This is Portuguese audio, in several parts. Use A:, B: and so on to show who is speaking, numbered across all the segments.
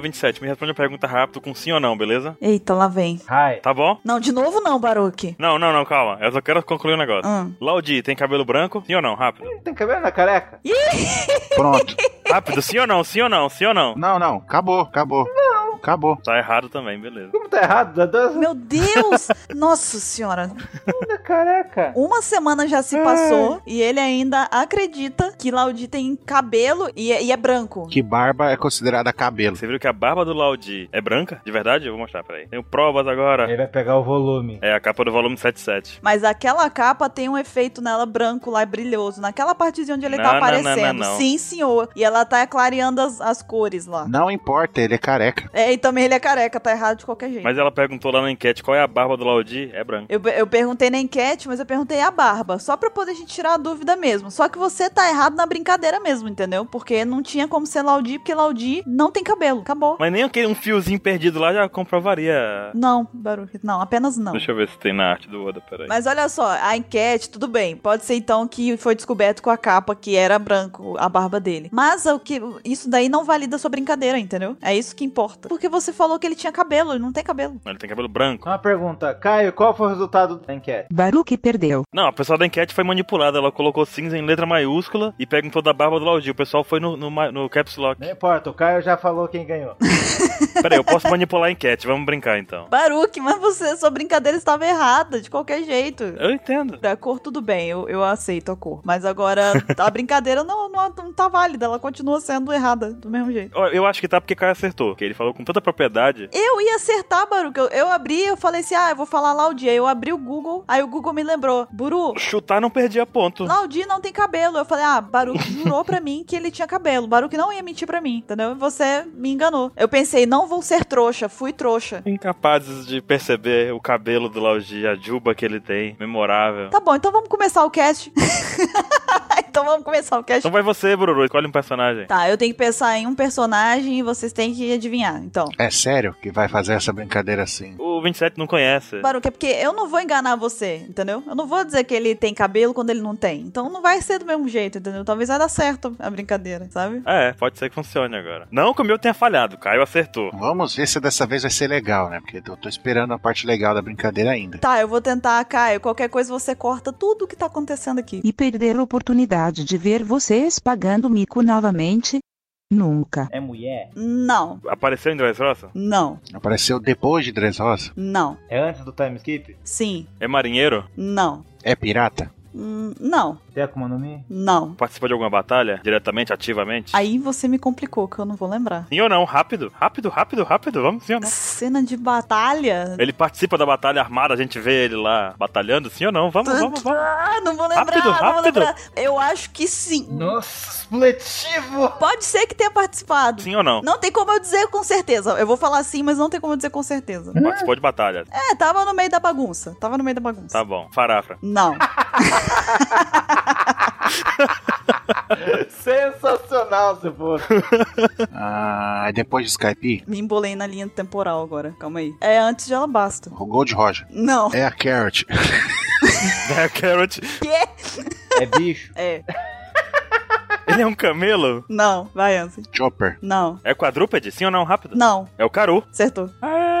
A: 27, me responde a pergunta rápido com sim ou não, beleza?
B: Eita, lá vem.
C: Hi.
A: Tá bom?
B: Não, de novo não, Baruque.
A: Não, não, não, calma. Eu só quero concluir um negócio.
B: Hum.
A: Laudi, tem cabelo branco? Sim ou não? Rápido.
C: Tem cabelo na careca?
D: Pronto.
A: Rápido, sim ou não? Sim ou não? Sim ou não?
D: Não, não. Acabou, acabou. Não. Acabou.
A: Tá errado também, beleza.
C: Como tá errado? Da dança
B: Meu Deus! Nossa senhora.
C: na careca.
B: Uma semana já se passou e ele ainda acredita que Laudi tem cabelo e é, e é branco.
D: Que barba é considerada cabelo.
A: Você viu que a barba do Laudi é branca? De verdade? Eu vou mostrar, peraí. Tenho provas agora.
C: Ele vai pegar o volume.
A: É a capa do volume 77.
B: Mas aquela capa tem um efeito nela branco lá, brilhoso. Naquela partezinha onde ele
A: Não,
B: tá
A: não, não,
B: aparecendo.
A: não, não.
B: Sim, senhor. E ela tá clareando as, as cores lá.
D: Não importa, ele é careca.
B: É, e também ele é careca, tá errado de qualquer jeito.
A: Mas ela perguntou lá na enquete qual é a barba do Laudi? É branca.
B: Eu, eu perguntei na enquete, mas eu perguntei a barba, só pra poder a gente tirar a dúvida mesmo. Só que você tá errado na brincadeira mesmo, entendeu? Porque não tinha como ser Laudi, porque Laudi não tem cabelo. Acabou.
A: Mas nem aquele um fiozinho perdido lá já comprovaria.
B: Não, Baruch, não, apenas não.
A: Deixa eu ver se tem na arte do Oda, peraí.
B: Mas olha só, a enquete, tudo bem. Pode ser então que foi descoberto com a capa que era branco a barba dele. Mas o que isso daí não valida a sua brincadeira, entendeu? É isso que importa. Porque você falou que ele tinha cabelo, ele não tem cabelo.
A: Ele tem cabelo branco.
C: Uma pergunta. Caio, qual foi o resultado da enquete?
E: Baruque perdeu.
A: Não, a pessoa da enquete foi manipulada. Ela colocou cinza em letra maiúscula e perguntou da barba do Laudi. O pessoal foi no, no, ma- no caps lock.
C: Não importa, o Caio já falou quem ganhou.
A: Peraí, eu posso manipular a enquete. Vamos brincar então.
B: Baruque, mas você, sua brincadeira estava errada, de qualquer jeito.
A: Eu entendo.
B: A cor, tudo bem, eu, eu aceito a cor. Mas agora, a brincadeira não, não, não tá válida, ela continua sendo errada, do mesmo jeito.
A: Ó, Eu acho que tá porque o cara acertou. Porque ele falou com tanta propriedade.
B: Eu ia acertar, Baruque. Eu, eu abri, eu falei assim, ah, eu vou falar Laudi. Aí eu abri o Google, aí o Google me lembrou. Buru,
A: Chutar não perdia ponto.
B: Laudi não tem cabelo. Eu falei, ah, Baruque jurou pra mim que ele tinha cabelo. Baruque não ia mentir pra mim, entendeu? Você me enganou. Eu pensei, não vou ser trouxa, fui trouxa.
A: Incapazes de perceber o cabelo do Laudi, a juba que ele tem, memorável.
B: Tá bom, então vamos começar o cast. então vamos começar o cast.
A: Então vai você, Bururu, escolhe um personagem.
B: Tá, eu tenho que pensar em um personagem e vocês têm que adivinhar, então.
D: É sério que vai fazer essa brincadeira assim?
A: O 27 não conhece.
B: Baruque, é porque eu não vou enganar você, entendeu? Eu não vou dizer que ele tem cabelo quando ele não tem. Então não vai ser do mesmo jeito, entendeu? Talvez vai dar certo a brincadeira, sabe?
A: É, pode ser que funcione agora. Não que o meu tenha falhado, Caio acertou.
D: Vamos ver se dessa vez vai ser legal, né? Porque eu tô esperando a parte legal da brincadeira ainda.
B: Tá, eu vou tentar, Caio. Qualquer coisa você corta tudo o que tá acontecendo aqui.
E: E perder a oportunidade de ver vocês pagando mico novamente? Nunca.
C: É mulher?
B: Não,
A: Apareceu em Dressrosa?
B: não,
D: Apareceu depois de Dressrosa?
B: não,
C: É antes do time skip?
B: sim,
A: É marinheiro?
B: não,
D: É pirata?
B: hum, não,
C: Tem Akuma no Mi?
B: não.
A: Participa de alguma batalha? Diretamente, ativamente?
B: Aí você me complicou, que eu não vou lembrar. É
A: Sim ou não? Rápido, rápido, rápido, rápido. Vamos sim ou não?
B: Cena de batalha?
A: Ele participa da batalha armada, a gente vê ele lá batalhando, sim ou não? Vamos, vamos, vamos.
B: Ah, não vou lembrar,
A: Rápido,
B: não vou
A: rápido.
B: lembrar. Eu acho que sim.
C: Nossa, supletivo!
B: Pode ser que tenha participado.
A: Sim ou não?
B: Não tem como eu dizer com certeza. Eu vou falar sim, mas não tem como eu dizer com certeza.
A: Participou de batalha.
B: É, tava no meio da bagunça. Tava no meio da bagunça.
A: Tá bom. Farafra.
B: Não.
C: Sensacional se fosse.
D: Ah, é depois de Skype?
B: Me embolei na linha temporal agora. Calma aí. É antes de Alabasta.
D: O Gold Roger.
B: Não.
D: É a Carrot.
A: É, Carrot.
C: É bicho.
B: É.
A: Ele é um camelo?
B: Não. Vai, Ansem.
D: Chopper.
B: Não.
A: É quadrúpede? Sim ou não? Rápido.
B: Não.
A: É o Caru.
B: Acertou.
A: Ah,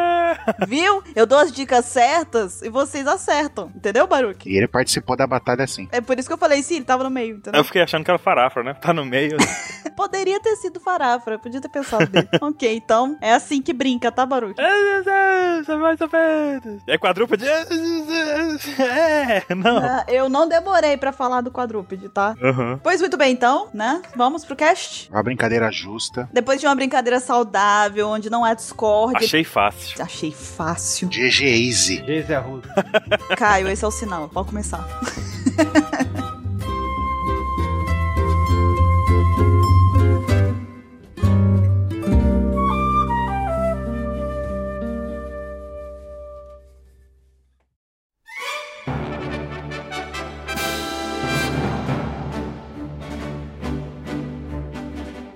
B: Viu? Eu dou as dicas certas e vocês acertam. Entendeu, Baruque?
D: E ele participou da batalha assim.
B: É por isso que eu falei sim, ele tava no meio, entendeu?
A: Eu fiquei achando que era farafra, né? Tá no meio.
B: Poderia ter sido Farafra, podia ter pensado dele. ok, então é assim que brinca, tá, Baruque?
A: É quadrúpede? É, não.
B: Ah, eu não demorei pra falar do quadrúpede, tá?
A: Aham.
B: Pois muito bem, então, né? Vamos pro cast?
D: Uma brincadeira justa,
B: Depois de uma brincadeira saudável, onde não há discórdia.
A: Achei fácil.
B: Achei fácil.
D: GG Easy.
C: Geise Arruda.
B: Caio, esse é o sinal. Pode começar.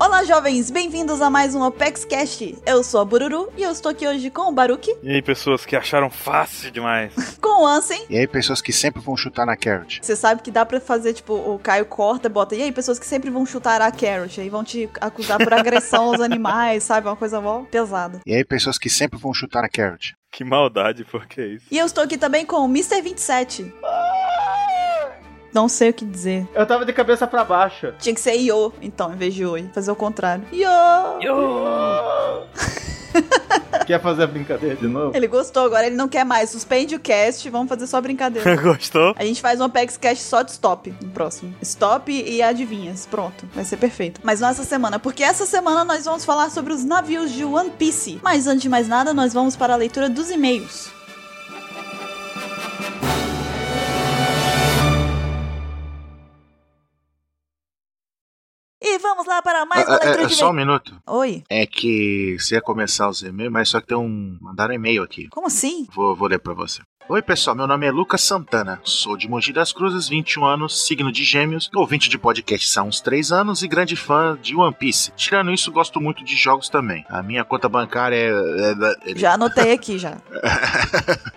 B: Olá, Olá, jovens! Bem-vindos a mais um Opex Cast. Eu sou a Bururu e eu estou aqui hoje com o Baruki,
A: E aí, pessoas que acharam fácil demais.
B: com o Ansem.
D: E aí, pessoas que sempre vão chutar na Carrot.
B: Você sabe que dá pra fazer, tipo, o Caio corta, bota. E aí, pessoas que sempre vão chutar a Carrot, aí vão te acusar por agressão aos animais, sabe? Uma coisa mó pesada.
D: E aí, pessoas que sempre vão chutar na Carrot.
A: que maldade, pô, que isso.
B: E eu estou aqui também com o Mr. 27. Não sei o que dizer.
C: Eu tava de cabeça pra baixo.
B: Tinha que ser Yo, então, em vez de Oi. Fazer o contrário. Yo!
C: Quer fazer a brincadeira de novo?
B: Ele gostou, agora ele não quer mais. Suspende o cast, vamos fazer só brincadeira.
A: Gostou?
B: A gente faz um Apex Cast só de stop no próximo. Stop e adivinhas. Pronto, vai ser perfeito. Mas não essa semana, porque essa semana nós vamos falar sobre os navios de One Piece. Mas antes de mais nada, nós vamos para a leitura dos e-mails. E vamos lá para mais uma
D: Ah, ah,
B: leitura
D: ah,
B: de
D: só um
B: e-mail.
D: minuto.
B: Oi,
D: É que você ia começar os e-mails, mas só que tem um. Mandaram e-mail aqui.
B: como assim?
D: Vou, vou ler pra você. Oi, pessoal. Meu nome é Lucas Santana. Sou de Mogi das Cruzes, 21 anos, signo de Gêmeos, ouvinte de podcast há uns 3 anos e grande fã de One Piece. Tirando isso, gosto muito de jogos também. A minha conta bancária é. é da- ele-
B: Já anotei aqui já.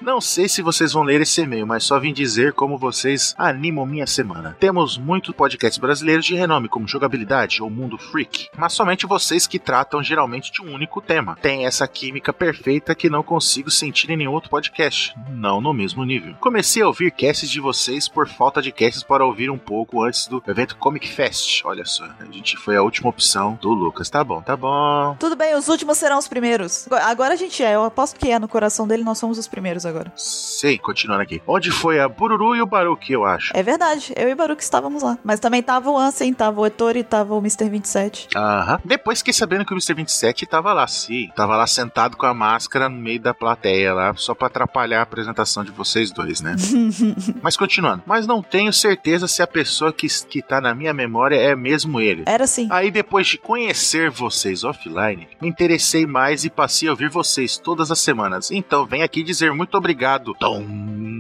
D: Não sei se vocês vão ler esse e-mail, mas só vim dizer como vocês animam minha semana. Temos muitos podcasts brasileiros de renome, como Jogabilidade ou Mundo Freak, mas somente vocês que tratam geralmente de um único tema. Tem essa química perfeita que não consigo sentir em nenhum outro podcast, não no mesmo nível. Comecei a ouvir casts de vocês por falta de casts para ouvir um pouco antes do evento Comic Fest. Olha só, a gente foi a última opção do Lucas. Tá bom, tá bom.
B: Tudo bem, os últimos serão os primeiros. Agora- Agora a gente é, eu aposto que é no coração dele, nós somos os primeiros agora.
D: Sei, continuando aqui. Onde foi a Bururu e o Baruque, eu acho?
B: É verdade, eu e Baruque estávamos lá. Mas também tava o Ansem, tava o Ettore, tava o Mr. 27.
D: Aham. Depois fiquei sabendo que o Mr. 27 tava lá, sim. Tava lá sentado com a máscara no meio da plateia lá, só pra atrapalhar a apresentação de vocês dois, né? Mas continuando. Mas não tenho certeza se a pessoa que, que tá na minha memória é mesmo ele.
B: Era assim.
D: Aí depois de conhecer vocês offline, me interessei mais e passei a ouvir vocês todas as semanas. Então vem aqui dizer muito obrigado. Tom.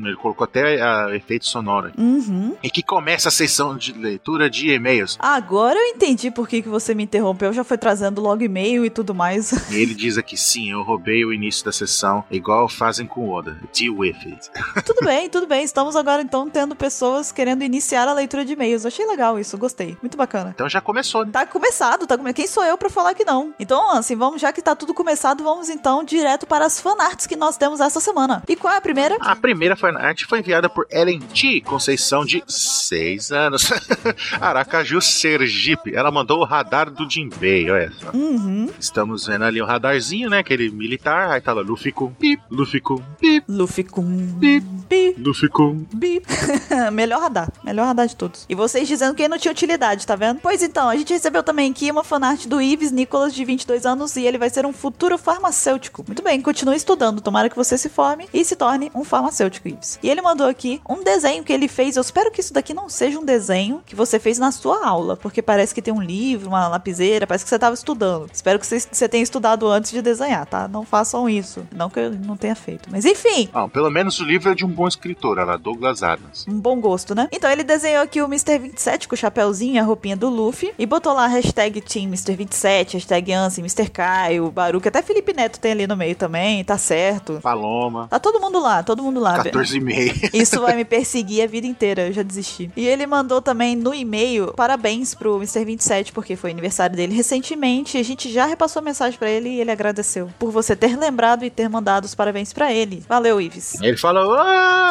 D: Ele colocou até ah, efeito sonoro. aqui.
B: Uhum.
D: E que começa a sessão de leitura de e-mails.
B: Agora eu entendi por que, que você me interrompeu. Já foi trazendo logo e-mail e tudo mais.
D: E ele diz aqui, sim, eu roubei o início da sessão, igual fazem com o Oda. Deal with it.
B: tudo bem, tudo bem. Estamos agora então tendo pessoas querendo iniciar a leitura de e-mails. Achei legal isso, gostei. Muito bacana.
D: Então já começou, né?
B: Tá começado, tá começado. Quem sou eu pra falar que não? Então, assim, vamos, já que tá tudo começado, vamos então direto para as fanarts que nós temos essa semana. E qual é a primeira?
D: A primeira fanart foi enviada por Ellen T. Conceição, de 6 anos. Aracaju, Sergipe. Ela mandou o radar do Jinbei, olha só.
B: Uhum.
D: Estamos vendo ali o radarzinho, né? Aquele militar. Aí tá lá, Luffy com pip, Luffy com pip,
B: Luffy com.
D: Bip.
B: Bi.
D: Luffy com...
B: Bi. melhor radar, melhor radar de todos. E vocês dizendo que ele não tinha utilidade, tá vendo? Pois então, a gente recebeu também aqui uma fanart do Ives Nicolas, de 22 anos, e ele vai ser um futuro farmacêutico. Muito bem, continue estudando, tomara que você se forme e se torne um farmacêutico, Ives. E ele mandou aqui um desenho que ele fez, eu espero que isso daqui não seja um desenho que você fez na sua aula, porque parece que tem um livro, uma lapiseira, parece que você tava estudando. Espero que você, você tenha estudado antes de desenhar, tá? Não façam isso, não que eu não tenha feito. Mas enfim,
D: Ah, pelo menos o livro é de um bom escritor, olha lá, Douglas Adams.
B: um bom gosto, né? Então ele desenhou aqui o Mr. 27 com o chapéuzinho e a roupinha do Luffy e botou lá a hashtag Team Mr. 27, hashtag Ansem, Mr. Caio, Baruque, até Felipe Neto tem ali no meio também, tá certo.
D: Paloma,
B: Tá todo mundo lá, todo mundo lá.
D: 14 e meio.
B: Isso vai me perseguir a vida inteira, eu já desisti. E ele mandou também no e-mail parabéns pro Mr. 27, porque foi aniversário dele recentemente. A gente já repassou a mensagem pra ele e ele agradeceu por você ter lembrado e ter mandado os parabéns pra ele. Valeu, Ives.
D: Ele fala,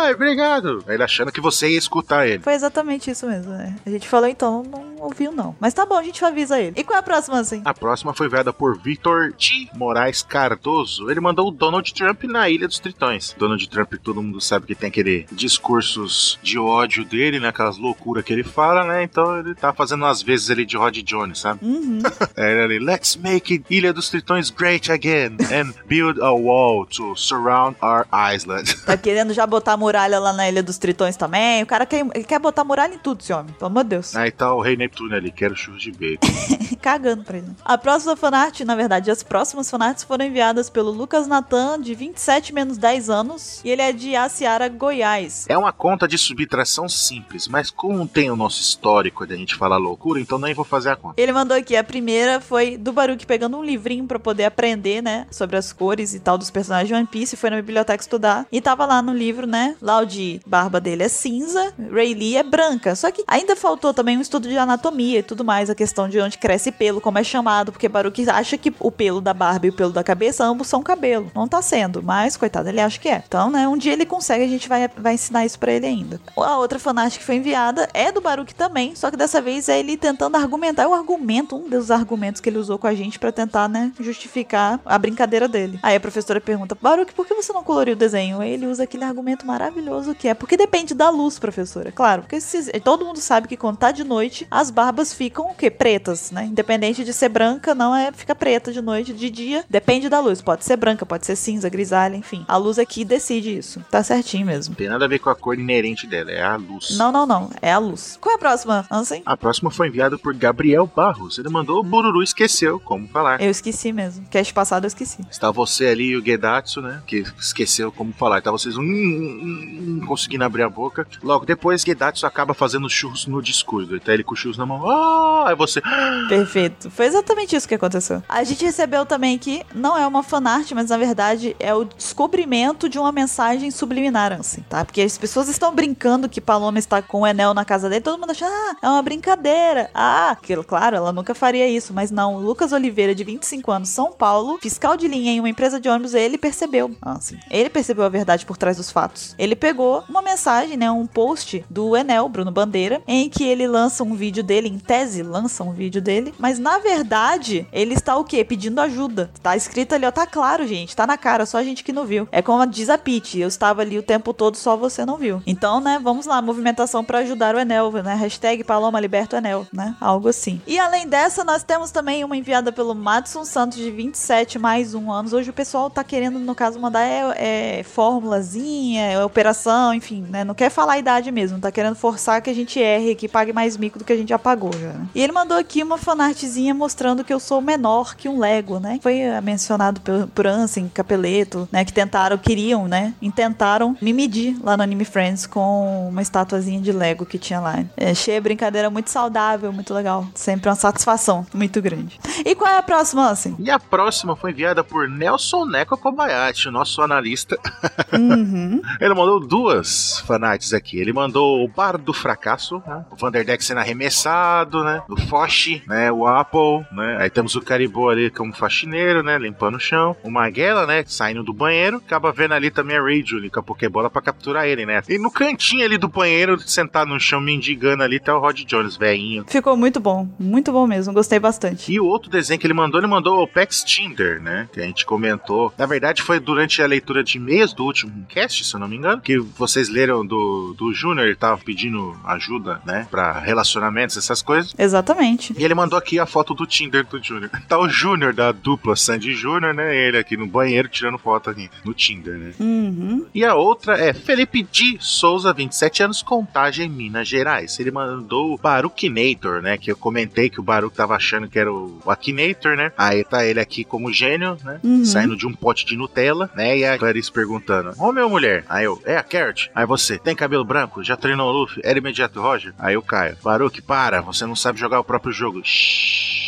D: ai, obrigado. Ele achando que você ia escutar ele.
B: Foi exatamente isso mesmo, né? A gente falou então, não ouviu não. Mas tá bom, a gente avisa ele. E qual é a próxima, assim?
D: A próxima foi enviada por Vitor T. Moraes Cardoso. Ele mandou o Donald Trump na Ilha dos Tritões. Donald Trump, todo mundo sabe que tem aquele discursos de ódio dele, né? Aquelas loucuras que ele fala, né? Então ele tá fazendo às vezes ele de Rod Jones, sabe?
B: Uhum.
D: Aí ele ali, let's make it Ilha dos Tritões great again and build a wall to surround our island.
B: Tá querendo já botar muralha lá na Ilha dos Tritões também. O
D: É.
B: cara quer, ele quer botar muralha em tudo, esse homem. Pelo amor de Deus.
D: Aí tá o Rei Neptuno ali, quero churros de bacon.
B: cagando pra ele. né? A próxima fanart, na verdade, as próximas fanarts foram enviadas pelo Lucas Natan, de 27 menos 10 anos, e ele é de Aciara, Goiás.
D: É uma conta de subtração simples, mas como tem o nosso histórico de a gente falar loucura, então nem vou fazer a conta.
B: Ele mandou aqui, a primeira foi do Baruque pegando um livrinho pra poder aprender, né, sobre as cores e tal dos personagens de One Piece, foi na biblioteca estudar, e tava lá no livro, né, Laudi, barba dele é cinza, Rayleigh é branca, só que ainda faltou também um estudo de anatomia e tudo mais, a questão de onde cresce pelo, como é chamado, porque Baruque acha que o pelo da barba e o pelo da cabeça ambos são cabelo, não tá sendo, mas, coitado, ele acha que é. Então, né, um dia ele consegue, a gente vai, vai ensinar isso pra ele ainda. A outra fanart que foi enviada é do Baruque também, só que dessa vez é ele tentando argumentar, o argumento, um dos argumentos que ele usou com a gente pra tentar, né, justificar a brincadeira dele. Aí a professora pergunta, Baruque, por que você não coloriu o desenho? Aí ele usa aquele argumento maravilhoso que é, porque depende da luz, professora. Claro, porque se- todo mundo sabe que quando tá de noite, as barbas ficam o quê? Pretas, né? Independente de ser branca, não é, fica preta de noite, de dia, depende da luz. Pode ser branca, pode ser cinza, grisalha, enfim. A luz aqui decide isso. Tá certinho mesmo.
D: Não tem nada a ver com a cor inerente dela, é a luz.
B: Não, não, não. É a luz. Qual é a próxima, Ansem?
D: A próxima foi enviada por Gabriel Barros. Ele mandou o Bururu esqueceu, como falar.
B: Eu esqueci mesmo. Cast passado eu esqueci.
D: Está você ali e o Gedatsu, né? Que esqueceu como falar. Está vocês um, um, um, conseguindo abrir a boca. Logo depois, Gedatsu acaba fazendo churros no discurso. Então ele com churros na mão. Ah! Aí você.
B: Perfeito. Foi exatamente isso que aconteceu. A gente recebeu também que não é uma fanart, mas na verdade é o descobrimento de uma mensagem subliminar, assim, tá? Porque as pessoas estão brincando que Paloma está com o Enel na casa dele, todo mundo acha, ah, é uma brincadeira. Ah, que, claro, ela nunca faria isso, mas não. O Lucas Oliveira, de 25 anos, São Paulo, fiscal de linha em uma empresa de ônibus, ele percebeu, assim, ele percebeu a verdade por trás dos fatos. Ele pegou uma mensagem, né, um post do Enel, Bruno Bandeira, em que ele lança um vídeo dele, em tese lança um vídeo dele, mas na verdade ele está o quê? Pedindo ajuda. Tá escrito ali, ó, tá claro, gente, tá na cara, só a gente que não viu. É como diz a Pete, eu estava ali o tempo todo, só você não viu. Então, né, vamos lá, movimentação para ajudar o Enel, né, hashtag Paloma Liberta o Enel, né, algo assim. E além dessa, nós temos também uma enviada pelo Madison Santos, de 27 mais um anos. Hoje o pessoal tá querendo, no caso, mandar é, é, formulazinha, é, operação, enfim, né? Não quer falar a idade mesmo. Tá querendo forçar que a gente erre aqui, pague mais mico do que a gente já pagou já, né? E ele mandou aqui uma fanartzinha mostrando que eu sou menor que um Lego, né? Foi é, mencionado por, por Ansem, Capeleto, né? Que tentaram, queriam, né? Intentaram me medir lá no Anime Friends com uma estatuazinha de Lego que tinha lá. É, achei a brincadeira muito saudável, muito legal. Sempre uma satisfação muito grande. E qual é a próxima, Ansem?
D: E a próxima foi enviada por Nelson Neco Kobayashi, o nosso analista.
B: Uhum.
D: Ele mandou duas fanarts aqui. Ele mandou o Bar do Fracasso, né? o Vanderdeck sendo arremessado, né? O Foch, né? O Apple, né? Aí temos o Caribou ali como faxineiro, né? Limpando o chão. O Maguela, né? Saindo do banheiro. Acaba vendo ali também a Ray Julie com a Pokébola pra capturar ele, né? E no cantinho ali do banheiro, sentado no chão, mendigando ali, tá o Rod Jones, velhinho.
B: Ficou muito bom, muito bom mesmo, gostei bastante.
D: E o outro desenho que ele mandou, ele mandou o Pax Tinder, né? Que a gente comentou. Na verdade, foi durante a leitura de e-mails do último cast, se eu não me engano, que vocês leram do, do Júnior, ele tava pedindo ajuda, né? Pra relacionamentos, essas coisas.
B: Exatamente.
D: E ele mandou aqui a foto do Tinder do Júnior. Tá o Júnior da dupla Sandy Júnior, né? Ele aqui no banheiro tirando foto aqui no Tinder, né?
B: Uhum.
D: E a outra é Felipe de Souza, 27 anos, Contagem, Minas Gerais. Ele mandou o Baruchinator, né? Que eu comentei que o Baruch tava achando que era o Akinator, né? Aí tá ele aqui como gênio, né?
B: Uhum.
D: Saindo de um pote de Nutella, né? E a Clarice perguntando: Homem ou mulher? Aí eu, é a Carrot? Aí você, tem cabelo branco? Já treinou o Luffy? Era imediato Roger? Aí eu caio. Baruch, para, você não sabe jogar o próprio jogo. Shhh.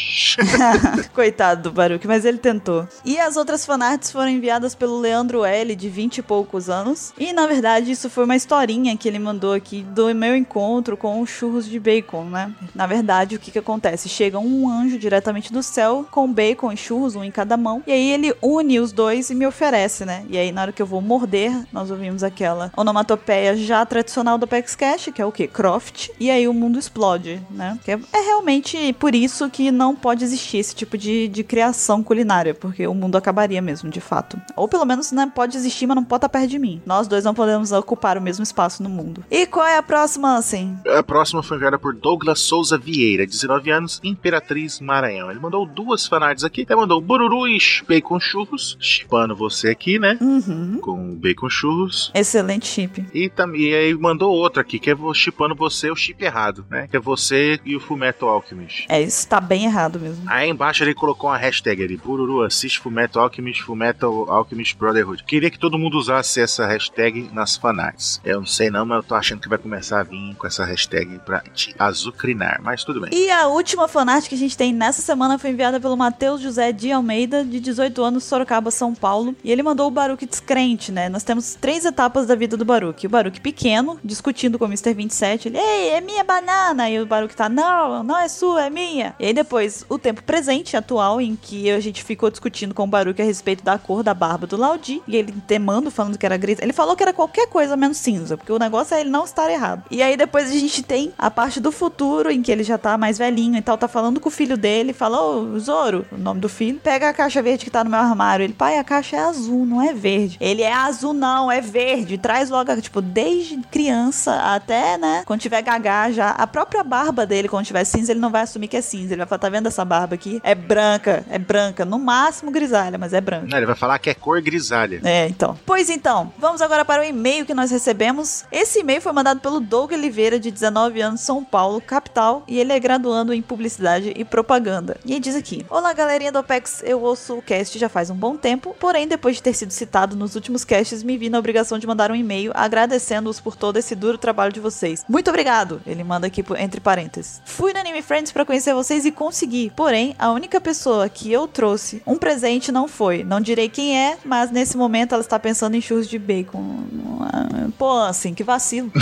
B: Coitado do Baruque, mas ele tentou. E as outras fanarts foram enviadas pelo Leandro L, de 20 e poucos anos. E na verdade, isso foi uma historinha que ele mandou aqui do meu encontro com os churros de bacon, né? Na verdade, o que que acontece? Chega um anjo diretamente do céu com bacon e churros, um em cada mão. E aí ele une os dois e me oferece, né? E aí, na hora que eu vou morder, nós ouvimos aquela onomatopeia já tradicional do Apex Cash, que é o quê? Croft. E aí o mundo explode, né? Que é, é realmente por isso que não pode existir esse tipo de, de criação culinária, porque o mundo acabaria mesmo, de fato. Ou pelo menos, né, pode existir, mas não pode estar perto de mim. Nós dois não podemos ocupar o mesmo espaço no mundo. E qual é a próxima, assim?
D: A próxima foi enviada por Douglas Souza Vieira, 19 anos, Imperatriz Maranhão. Ele mandou duas fanarts aqui. Ele mandou Bururu e Ch- Bacon Churros, chipando você aqui, né?
B: Uhum.
D: Com o Bacon Churros.
B: Excelente chip.
D: E, tam- e aí mandou outra aqui, que é vo- chipando você o chip errado, né? Que é você e o Fumeto Alchemist.
B: É, isso tá bem errado mesmo.
D: Aí embaixo ele colocou uma hashtag ali, Bururu, assiste Fullmetal Alchemist, Fullmetal Alchemist Brotherhood. Queria que todo mundo usasse essa hashtag nas fanarts. Eu não sei não, mas eu tô achando que vai começar a vir com essa hashtag pra te azucrinar, mas tudo bem.
B: E a última fanart que a gente tem nessa semana foi enviada pelo Matheus José de Almeida, de 18 anos, Sorocaba, São Paulo. E ele mandou o Baruque descrente, né? Nós temos três etapas da vida do Baruque. O Baruque pequeno, discutindo com o Mr. 27. Ele, ei, é minha banana! E o Baruque tá, não, não é sua, é minha. E aí depois, o tempo presente, atual, em que a gente ficou discutindo com o Baruque a respeito da cor da barba do Laudi. E ele temando, falando que era gris. Ele falou que era qualquer coisa menos cinza, porque o negócio é ele não estar errado. E aí depois a gente tem a parte do futuro, em que ele já tá mais velhinho e tal, tá falando com o filho dele, fala, ô, Zoro, o nome do filho, pega a caixa verde que tá no meu armário. Ele, pai, a caixa é azul, não é verde. Ele é azul, não, é verde. Traz logo, a- tipo, desde criança até, né, quando tiver gagá já, a própria barba dele, quando tiver cinza, ele não vai assumir que é cinza. Ele vai falar, tá vendo essa barba aqui? É branca, é branca, no máximo grisalha, mas é branca.
D: Não, ele vai falar que é cor grisalha.
B: É, então. Pois então, vamos agora para o e-mail que nós recebemos. Esse e-mail foi mandado pelo Doug Oliveira, de 19 anos, São Paulo, capital, e ele é graduando em publicidade e propaganda. E ele diz aqui: Olá, galerinha do OPEX, eu ouço o cast já faz um bom tempo, porém, depois de ter sido citado nos últimos casts, me vi na obrigação de mandar um e-mail agradecendo-os por todo esse duro trabalho de vocês. Muito obrigado! Ele manda aqui por- entre parênteses. Fui na Anime Friends pra conhecer vocês e consegui, porém, a única pessoa que eu trouxe um presente não foi. Não direi quem é, mas nesse momento ela está pensando em churros de bacon. Pô, assim, que vacilo.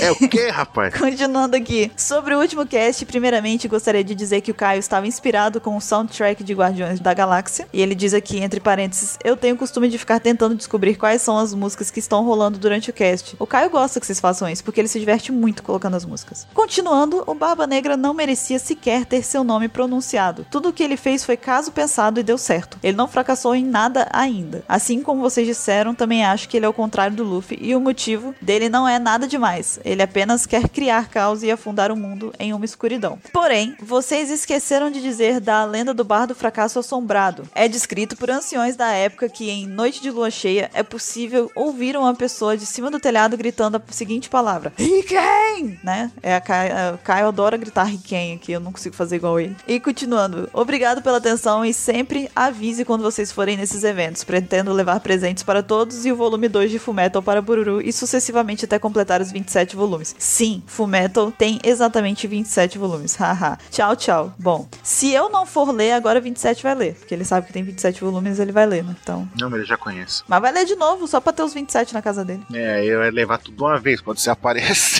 D: É o quê, rapaz?
B: Continuando aqui. Sobre o último cast, primeiramente gostaria de dizer que o Caio estava inspirado com o soundtrack de Guardiões da Galáxia. E ele diz aqui, entre parênteses, eu tenho o costume de ficar tentando descobrir quais são as músicas que estão rolando durante o cast. O Caio gosta que vocês façam isso, porque ele se diverte muito colocando as músicas. Continuando, o Barba Negra não merecia sequer ter seu nome pronunciado. Tudo o que ele fez foi caso pensado e deu certo. Ele não fracassou em nada ainda. Assim como vocês disseram, também acho que ele é o contrário do Luffy e o motivo dele não é nada demais. Ele apenas quer criar caos e afundar o mundo em uma escuridão. Porém, vocês esqueceram de dizer da lenda do bar do fracasso assombrado. É descrito por anciões da época que em noite de lua cheia é possível ouvir uma pessoa de cima do telhado gritando a seguinte palavra: Riken! Né? É a Kai- a Caio adora gritar Riken aqui, eu não consigo fazer igual ele. E continuando, obrigado pela atenção e sempre avise quando vocês forem nesses eventos. Pretendo levar presentes para todos e o volume 2 de Fullmetal para Bururu e sucessivamente até completar os 27 volumes. Sim, Fullmetal tem exatamente 27 volumes. Haha. tchau, tchau. Bom, se eu não for ler, agora o 27 vai ler, porque ele sabe que tem 27 volumes, ele vai ler, né? Então,
D: Não, mas ele já conhece.
B: mas vai ler de novo, só pra ter os 27 na casa dele.
D: É, eu ia levar tudo de uma vez quando você aparece.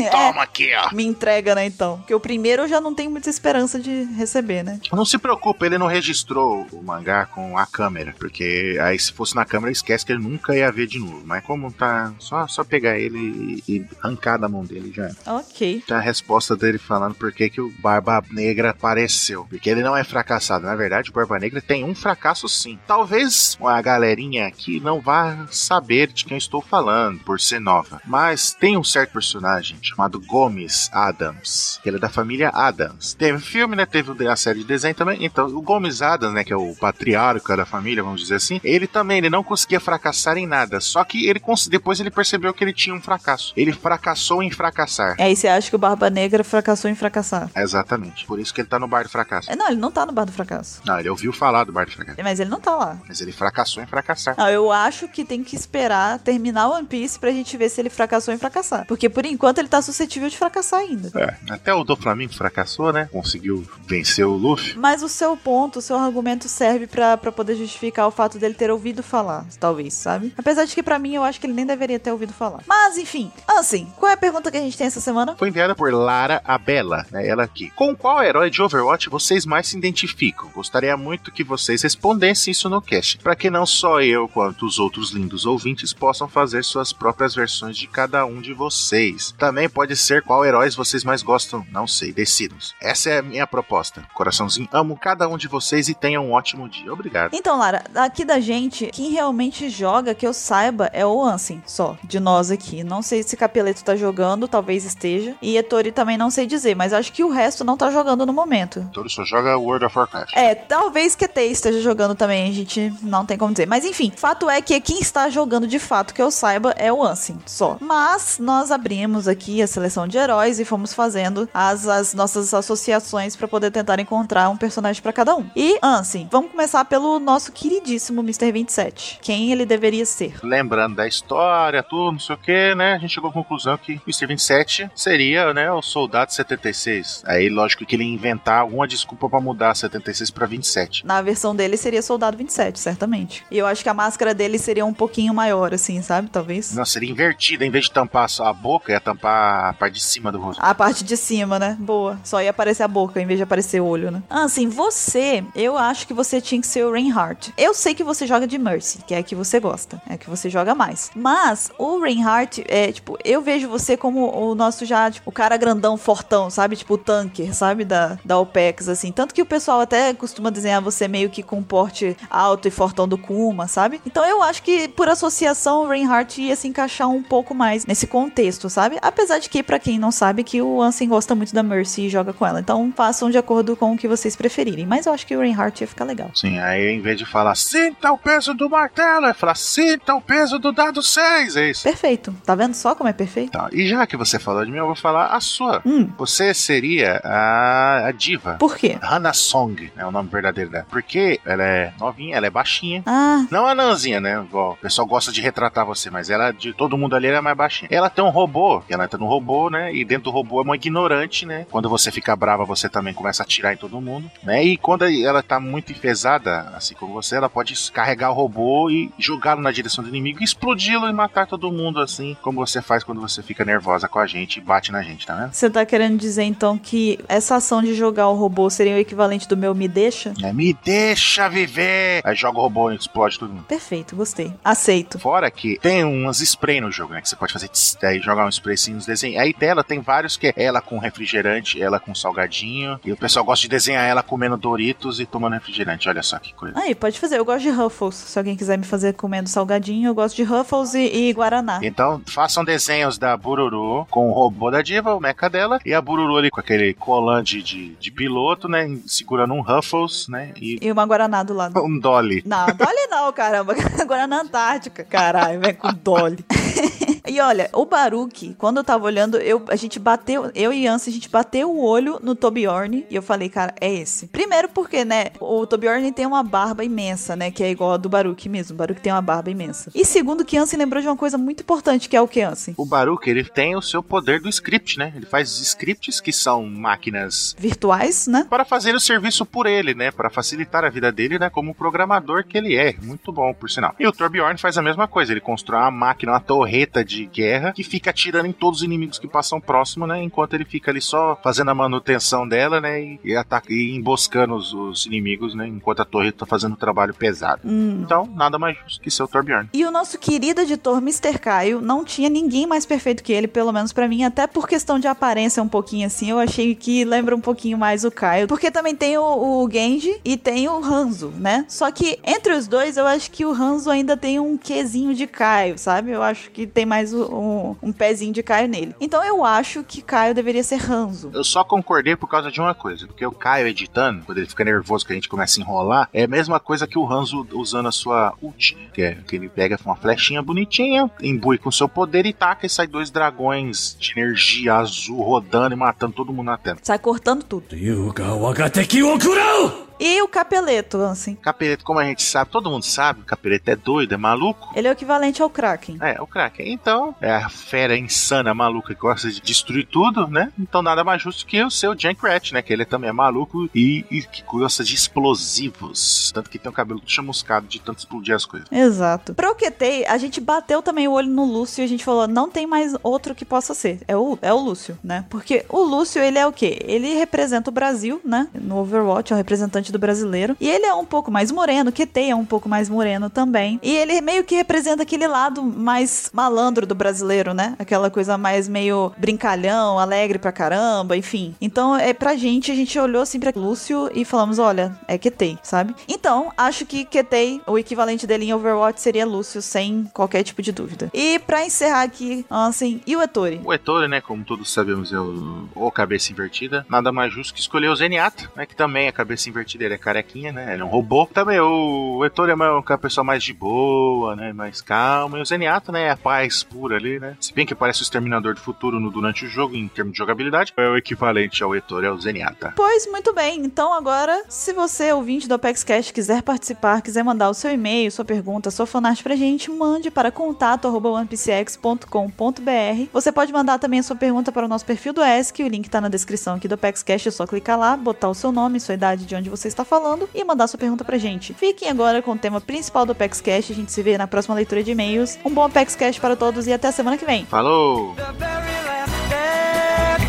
B: É.
D: Toma aqui, ó.
B: Me entrega, né, então? Porque o primeiro eu já não tenho muita esperança de receber, né?
D: Não se preocupe, ele não registrou o mangá com a câmera, porque aí se fosse na câmera esquece que ele nunca ia ver de novo. Mas como tá, só, só pegar ele e, e arrancar da mão dele já.
B: Ok.
D: Tá a resposta dele falando por que, que o Barba Negra apareceu. Porque ele não é fracassado. Na verdade, o Barba Negra tem um fracasso sim. Talvez a galerinha aqui não vá saber de quem eu estou falando, por ser nova. Mas tem um certo personagem chamado Gomes Adams. que Ele é da família Adams. Teve filme, né? Teve a série de desenho também. Então, o Gomes Adams, né? Que é o patriarca da família, vamos dizer assim. Ele também, ele não conseguia fracassar em nada. Só que ele cons- depois ele percebeu que ele tinha um fracasso. Ele fracassou em fracassar.
B: Aí você acha que o Barba Negra fracassou em fracassar.
D: Exatamente. Por isso que ele tá no bar do fracasso.
B: É, Não, ele não tá no bar do fracasso.
D: Não, ele ouviu falar do bar do fracasso.
B: Mas ele não tá lá.
D: Mas ele fracassou em fracassar.
B: Não, eu acho que tem que esperar terminar One Piece pra gente ver se ele fracassou em fracassar. Porque por enquanto ele tá suscetível de fracassar ainda.
D: É, até o do Flamengo fracassou, né? Conseguiu vencer o Luffy.
B: Mas o seu ponto, o seu argumento serve pra pra poder justificar o fato dele ter ouvido falar, talvez, sabe? Apesar de que pra mim eu acho que ele nem deveria ter ouvido falar. Mas enfim, assim, qual é a pergunta que a gente tem essa semana?
D: Foi enviada por Lara Abella, né? Ela aqui. Com qual herói de Overwatch vocês mais se identificam? Gostaria muito que vocês respondessem isso no cast, para que não só eu quanto os outros lindos ouvintes possam fazer suas próprias versões de cada um de vocês. Também pode ser qual heróis vocês mais gostam, não sei, decidam. Essa é a minha proposta. Coraçãozinho, amo cada um de vocês e tenham um ótimo dia. Obrigado.
B: Então, Lara, aqui da gente, quem realmente joga, que eu saiba, é o Ansem, só, de nós aqui. Não sei se Capeleto Naruto tá jogando, talvez esteja. E Etori também não sei dizer, mas acho que o resto não tá jogando no momento.
D: Toro só joga World of Warcraft.
B: É, talvez QT esteja jogando também, a gente não tem como dizer. Mas enfim, fato é que quem está jogando de fato, que eu saiba, é o Ansem, só. Mas nós abrimos aqui a seleção de heróis e fomos fazendo as, as nossas associações para poder tentar encontrar um personagem para cada um. E Ansem, vamos começar pelo nosso queridíssimo Mr. 27. Quem ele deveria ser?
D: Lembrando da história, tudo, não sei o que, né? A gente chegou à conclusão que o Mr. 27 seria, né, o soldado 76. Aí, lógico que ele ia inventar alguma desculpa pra mudar 76 pra 27.
B: Na versão dele seria Soldado 27, certamente. E eu acho que a máscara dele seria um pouquinho maior, assim, sabe? Talvez.
D: Não, seria invertida. Em vez de tampar só a boca, ia tampar a parte de cima do rosto.
B: A parte de cima, né? Boa. Só ia aparecer a boca em vez de aparecer o olho, né? Assim, você, eu acho que você tinha que ser o Reinhardt. Eu sei que você joga de Mercy, que é a que você gosta, é a que você joga mais. Mas o Reinhardt é, tipo, eu vejo você como o nosso já, tipo, o cara grandão, fortão, sabe? Tipo, o tanker, sabe? Da, da OPEX, assim. Tanto que o pessoal até costuma desenhar você meio que com um porte alto e fortão do Kuma, sabe? Então eu acho que, por associação, o Reinhardt ia se encaixar um pouco mais nesse contexto, sabe? Apesar de que, pra quem não sabe, que o Ansem gosta muito da Mercy e joga com ela. Então façam de acordo com o que vocês preferirem. Mas eu acho que o Reinhardt ia ficar legal.
D: Sim, aí em vez de falar sinta o peso do martelo, é falar sinta o peso do dado 6. É isso.
B: Perfeito. Tá vendo só como é perfeito?
D: Tá, e já que você falou de mim, eu vou falar a sua.
B: Hum,
D: Você seria a, a diva.
B: por quê?
D: Hana Song é o nome verdadeiro dela. Porque ela é novinha, ela é baixinha.
B: Ah,
D: Não a Nanzinha, né? Igual O pessoal gosta de retratar você, mas ela, de todo mundo ali, ela é mais baixinha. Ela tem um robô, ela entra no robô, né? E dentro do robô é uma ignorante, né? Quando você fica brava, você também começa a atirar em todo mundo, né? E quando ela tá muito enfesada, assim como você, ela pode carregar o robô e jogá-lo na direção do inimigo, e explodi-lo e matar todo mundo, assim como você faz quando você fica nervosa com a gente e bate na gente, tá vendo?
B: você tá querendo dizer então que essa ação de jogar o robô seria o equivalente do meu me deixa?
D: É, me deixa viver! Aí joga o robô e explode todo mundo.
B: Perfeito, gostei. Aceito.
D: Fora que tem umas spray no jogo, né? Que você pode fazer tss, daí jogar um spray assim nos desenhos. Aí dela tem vários que é ela com refrigerante, ela com salgadinho. E o pessoal gosta de desenhar ela comendo Doritos e tomando refrigerante. Olha só que coisa.
B: Aí, pode fazer. Eu gosto de Ruffles. Se alguém quiser me fazer comendo salgadinho, eu gosto de Ruffles e, e Guaraná.
D: Então, façam desenhos da Bururu com o robô da diva, o mecha dela, e a Bururu ali com aquele colante de, de piloto, né? Segurando um Ruffles, né? E
B: E uma Guaraná do lado.
D: um Dolly.
B: Não, Dolly não, caramba. Guaraná Antártica. Caralho, vem com Dolly. E olha, o Baruque, quando eu tava olhando, eu, a gente bateu, eu e Yancy, a gente bateu o olho no Tobiorn e eu falei, cara, é esse. Primeiro porque, né, o Tobiorn tem uma barba imensa, né, que é igual a do Baruque mesmo. O Baruque tem uma barba imensa. E segundo, que Yancy lembrou de uma coisa muito importante, que é o que, Yancy?
D: O Baruch, ele tem o seu poder do script, né? Ele faz scripts que são máquinas
B: Virtuais, né?
D: para fazer o serviço por ele, né? Para facilitar a vida dele, né? Como programador que ele é. Muito bom, por sinal. E o Torbjorn faz a mesma coisa. Ele constrói uma máquina, uma torreta de guerra que fica atirando em todos os inimigos que passam próximo, né? Enquanto ele fica ali só fazendo a manutenção dela, né? E, e, ataca, e emboscando os, os inimigos, né? Enquanto a torreta tá fazendo um trabalho pesado.
B: Hum.
D: Então, nada mais justo que ser o Torbjorn.
B: E o nosso querido editor Mr. Caio não tinha ninguém mais perfeito que ele, pelo menos pra mim, até por questão de aparência um pouquinho assim, eu achei que lembra um pouquinho mais o Caio, porque também tem o, o Genji e tem o Hanzo, né? Só que entre os dois, eu acho que o Hanzo ainda tem um quezinho de Caio, sabe? Eu acho que tem mais o- um, um pezinho de Caio nele. Então eu acho que Caio deveria ser Hanzo.
D: Eu só concordei por causa de uma coisa, porque o Caio editando, quando ele fica nervoso que a gente começa a enrolar, é a mesma coisa que o Hanzo usando a sua ult, que é que ele pega uma flechinha bonitinha, imbui com seu poder e taca e sai dois dragões de energia azul rodando e matando todo mundo na tela.
B: Sai cortando tudo.
F: 竜が我が敵を食らう
B: E o Capeleto, assim.
D: Capireto, como a gente sabe, todo mundo sabe, Capireto é doido, é maluco.
B: Ele é o equivalente ao Kraken.
D: É, o Kraken. Então, é a fera insana, maluca, que gosta de destruir tudo, né? Então, nada mais justo que o seu Junkrat, né? Que ele também é maluco e, e que gosta de explosivos. Tanto que tem o cabelo todo chamuscado de tanto explodir as coisas.
B: Exato. Pra o QT, a gente bateu também o olho no Lúcio e a gente falou, não tem mais outro que possa ser. É o, é o Lúcio, né? Porque o Lúcio, ele é o quê? Ele representa o Brasil, né? No Overwatch, é o representante do brasileiro. E ele é um pouco mais moreno, o QT é um pouco mais moreno também. E ele meio que representa aquele lado mais malandro do brasileiro, né? Aquela coisa mais meio brincalhão, alegre pra caramba, enfim. Então, é pra gente, a gente olhou assim pra Lúcio e falamos: olha, é QT, sabe? Então, acho que QT, o equivalente dele em Overwatch seria Lúcio, sem qualquer tipo de dúvida. E pra encerrar aqui, assim, e o Ettore?
D: O Ettore, né, como todos sabemos, é o, o cabeça invertida. Nada mais justo que escolher o Zenyatta, né, que também é cabeça invertida, ele é carequinha, né, ele é um robô. Também o, o Ettore é uma, uma pessoa mais de boa, né, mais calma. E o Zenyatta, né, é a paz pura ali, né. Se bem que parece o Exterminador do Futuro no- durante o jogo, em termos de jogabilidade, é o equivalente ao Ettore, é o Zenyatta.
B: Pois muito bem, então agora, se você, ouvinte do Apex Cash, quiser participar, quiser mandar o seu e-mail, sua pergunta, sua fanart pra gente, mande para contato.onepcx.com.br. Você pode mandar também a sua pergunta para o nosso perfil do ESC, o link tá na descrição aqui do Apex Cash, é só clicar lá, botar o seu nome, sua idade, de onde você está falando e mandar sua pergunta pra gente. Fiquem agora com o tema principal do Apex Cash, a gente se vê na próxima leitura de e-mails. Um bom Apex Cash para todos e até a semana que vem.
D: Falou!
G: the very last dance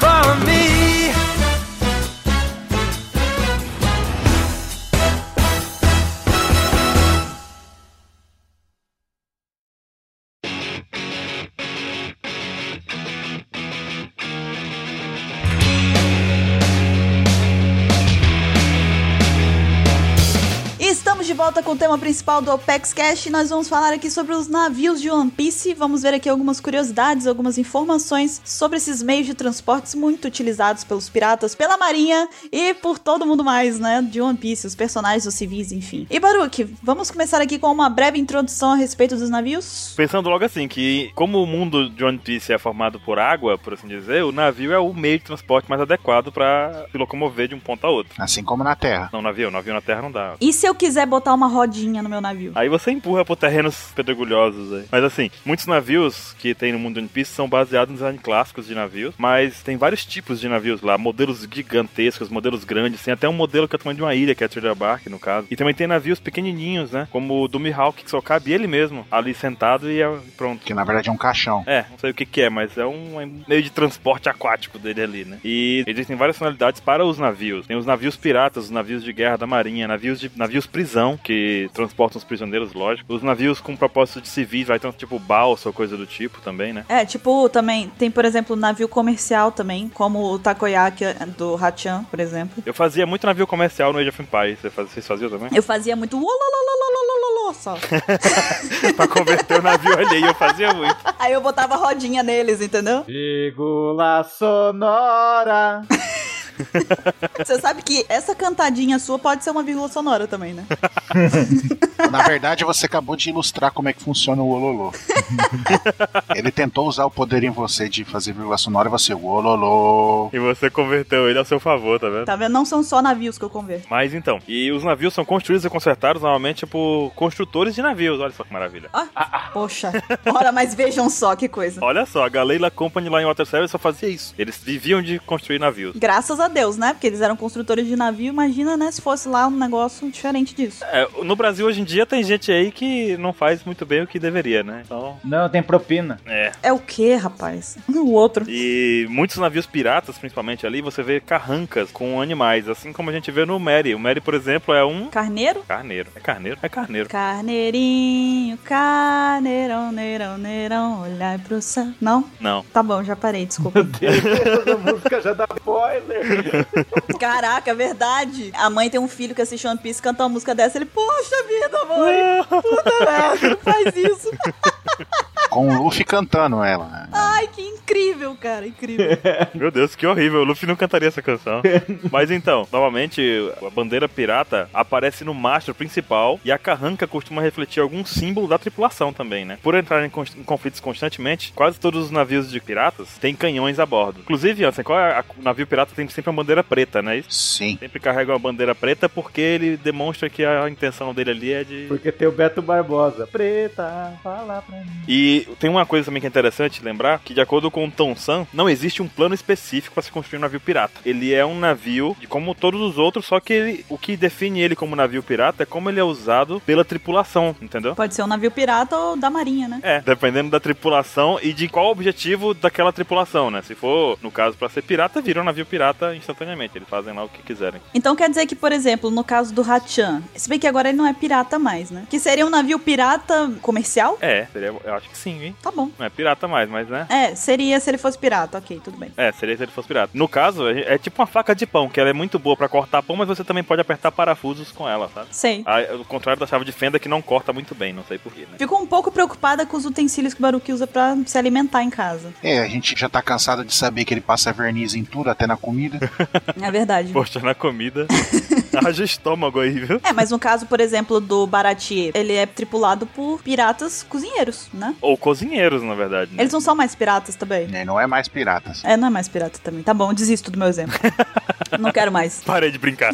G: for me.
B: E Estamos de volta com o tema principal do Opex Cash. Nós vamos falar aqui sobre os navios de One Piece. Vamos ver aqui algumas curiosidades, algumas informações sobre esses meios de transportes muito utilizados pelos piratas, pela marinha e por todo mundo mais, né? De One Piece, os personagens, os civis, enfim. E Baruque, vamos começar aqui com uma breve introdução a respeito dos navios?
A: Pensando logo assim, que como o mundo de One Piece é formado por água, por assim dizer, o navio é o meio de transporte mais adequado pra se locomover de um ponto a outro.
D: Assim como na Terra.
A: Não, navio, navio na terra não dá.
B: E se eu quiser botar uma rodinha no meu navio?
A: Aí você empurra por terrenos pedregulhosos aí. Mas assim, muitos navios que tem no mundo One Piece são baseados em design clássicos de navios, mas tem vários tipos de navios lá, modelos gigantescos, modelos grandes, tem até um modelo que é o tamanho de uma ilha, que é a Trader Bark, no caso. E também tem navios pequenininhos, né? Como o do Mihawk, que só cabe ele mesmo ali sentado e é- pronto.
D: Que na verdade é um caixão.
A: É, não sei o que que é, mas é um é um meio de transporte aquático dele ali, né? E existem várias finalidades para os navios. Tem os navios piratas, os navios de guerra da marinha, navios de navios prisão, que transportam os prisioneiros, lógico. Os navios com propósito de civis, vai tanto tipo balsa ou coisa do tipo também, né?
B: É, tipo, também tem, por exemplo, navio comercial também, como o Takoyaki do Hachan, por exemplo.
A: Eu fazia muito navio comercial no Age of Empires. Você faz- Vocês faziam também?
B: Eu fazia muito ololololololololô só.
A: pra converter o navio alheio, eu fazia muito.
B: Aí eu botava rodinha neles, entendeu?
C: Vírgula sonora.
B: Você sabe que essa cantadinha sua pode ser uma vírgula sonora também, né?
D: Na verdade, você acabou de ilustrar como é que funciona o Ololô. Ele tentou usar o poder em você de fazer vírgula sonora e você, Ololô.
A: E você converteu ele a seu favor, tá vendo?
B: Tá vendo? Não são só navios que eu converto.
A: Mas então, e os navios são construídos e consertados normalmente por construtores de navios. Olha só que maravilha.
B: Poxa. Ora, mas vejam só que coisa.
A: Olha só, a Galeila Company lá em Water Service só fazia isso. Eles viviam de construir navios.
B: Graças a Deus, né? Porque eles eram construtores de navio. Imagina, né? Se fosse lá um negócio diferente disso.
A: É, no Brasil hoje em dia tem gente aí que não faz muito bem o que deveria, né? Então,
C: Não, tem propina.
A: é.
B: É o quê, rapaz? O outro.
A: E muitos navios piratas, principalmente ali, você vê carrancas com animais, assim como a gente vê no Mary. O Mary, por exemplo, é um
B: Carneiro?
A: carneiro. É carneiro? É carneiro.
B: Carneirinho, carneirão, neirão, neirão, olhar pro céu. Não?
A: Não.
B: Tá bom, já parei, desculpa.
C: Essa música já dá spoiler.
B: Caraca, é verdade. A mãe tem um filho que assiste One Piece, canta uma música dessa, ele, poxa vida, mãe, puta merda, não faz isso.
D: Com o Luffy cantando ela. né?
B: Ai, que incrível, cara, incrível.
A: Meu Deus, que horrível. O Luffy não cantaria essa canção. Mas então, novamente, a bandeira pirata aparece no mastro principal e a carranca costuma refletir algum símbolo da tripulação também, né? Por entrar em, cons- em conflitos constantemente, quase todos os navios de piratas têm canhões a bordo. Inclusive, Ansem, qual é a, o navio pirata tem sempre uma bandeira preta, né? Isso.
D: Sim.
A: Sempre carrega uma bandeira preta porque ele demonstra que a intenção dele ali é de
C: Porque tem o Beto Barbosa. Preta, fala pra mim.
A: E E tem uma coisa também que é interessante lembrar, que de acordo com o Tom San, não existe um plano específico para se construir um navio pirata. Ele é um navio de como todos os outros, só que ele- o que define ele como navio pirata é como ele é usado pela tripulação, entendeu?
B: Pode ser um navio pirata ou da marinha, né?
A: É, dependendo da tripulação e de qual o objetivo daquela tripulação, né? Se for, no caso, pra ser pirata, vira um navio pirata instantaneamente. Eles fazem lá o que quiserem.
B: Então quer dizer que, por exemplo, no caso do Hachan, se bem que agora ele não é pirata mais, né? Que seria um navio pirata comercial?
A: É, seria, eu acho que sim, hein?
B: Tá bom.
A: Não é pirata mais, mas né?
B: É, seria se ele fosse pirata, ok, tudo bem.
A: É, seria se ele fosse pirata. No caso, é é tipo uma faca de pão, que ela é muito boa pra cortar pão, mas você também pode apertar parafusos com ela, sabe?
B: Sei.
A: Ah, é o contrário da chave de fenda que não corta muito bem, não sei porquê, né?
B: Fico um pouco preocupada com os utensílios que o Baruki usa pra se alimentar em casa.
D: É, a gente já tá cansado de saber que ele passa verniz em tudo, até na comida.
B: É verdade.
A: Poxa, na comida. Haja estômago aí, viu?
B: É, mas no caso, por exemplo, do Baratie, ele é tripulado por piratas cozinheiros, né?
A: Ou cozinheiros, na verdade. Né?
B: Eles não são mais piratas também.
D: Ele não é mais piratas.
B: É, não é mais pirata também. Tá bom, desisto do meu exemplo. não quero mais.
A: Parei de brincar.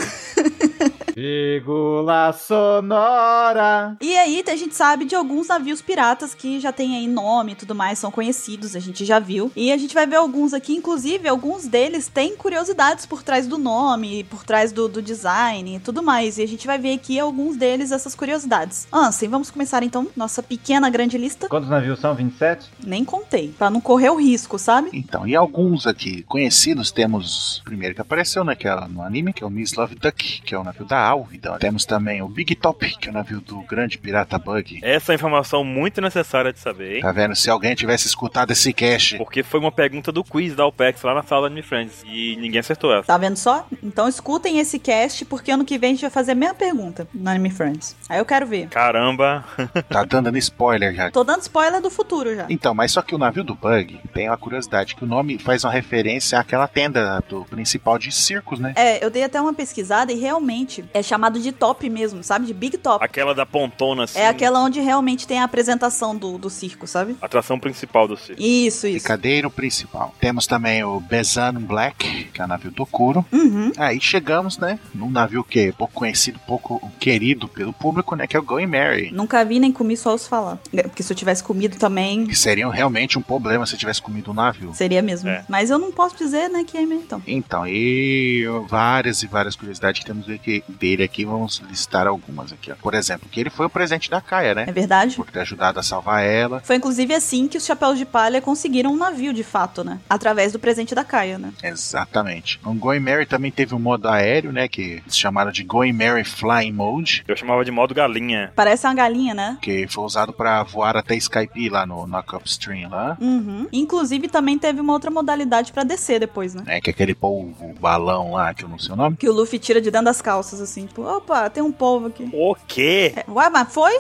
C: Vírgula sonora.
B: E aí, a gente sabe de alguns navios piratas que já tem aí nome e tudo mais, são conhecidos, a gente já viu. E a gente vai ver alguns aqui, inclusive, alguns deles têm curiosidades por trás do nome, por trás do, do design e tudo mais. E a gente vai ver aqui alguns deles, essas curiosidades. Ansem, vamos começar então nossa pequena grande lista.
C: Quantos navios são? 27?
B: Nem contei, pra não correr o risco, sabe?
D: Então, e alguns aqui conhecidos temos o primeiro que apareceu naquela no anime, que é o Miss Love Duck, que é o navio da Álvida. Temos também o Big Top, que é o navio do grande pirata Bug.
A: Essa é uma informação muito necessária de saber,
B: Ah,
A: hein?
D: Tá vendo? Se alguém tivesse escutado esse cast,
A: Porque foi uma pergunta do quiz da OPEX lá na sala da Anime Friends. E ninguém acertou essa.
B: Tá vendo só? Então escutem esse cast, porque ano que vem a gente vai fazer a mesma pergunta no Anime Friends. Aí eu quero ver.
A: Caramba.
D: tá dando spoiler já.
B: Tô dando spoiler do futuro já.
D: Então, mas só que o navio do Bug tem uma curiosidade, que o nome faz uma referência àquela tenda do principal de circos, né?
B: É, eu dei até uma pesquisada e realmente é chamado de top mesmo, sabe? De big top.
A: Aquela da pontona, assim.
B: É aquela onde realmente tem a apresentação do, do circo, sabe?
A: Atração principal do circo.
B: Isso, isso.
D: Picadeiro principal. Temos também o Bezano Black, que é o navio do Kuro.
B: Uhum.
D: Aí chegamos, né, num navio que é pouco conhecido, pouco querido pelo público, né, que é o Going Mary.
B: Nunca vi nem comi, só os falar. É, Porque se eu tivesse comido também,
D: Que seria realmente um problema se tivesse comido o navio.
B: seria mesmo.
A: É.
B: Mas eu não posso dizer, né, que é mesmo. Então.
D: Então, e várias e várias curiosidades que temos aqui- dele aqui, vamos listar algumas aqui, ó. Por exemplo, que ele foi o presente da Kaia, né?
B: É verdade?
D: Por ter ajudado a salvar ela.
B: Foi inclusive assim que os chapéus de palha conseguiram um navio, de fato, né? Através do presente da Caia, né?
D: Exatamente. O Going Mary também teve um modo aéreo, né? Que eles chamaram de Going Mary Flying Mode.
A: Eu chamava de modo galinha.
B: Parece uma galinha, né?
D: Que foi usado pra voar até Skype lá no, na Cupstream lá.
B: Uhum. Inclusive também teve uma outra modalidade pra descer depois, né?
D: Né, que é aquele polvo, balão lá, que eu não sei o nome.
B: Que o Luffy tira de dentro das calças, assim, tipo, opa, tem um polvo aqui.
A: O quê?
B: É, uai, mas foi?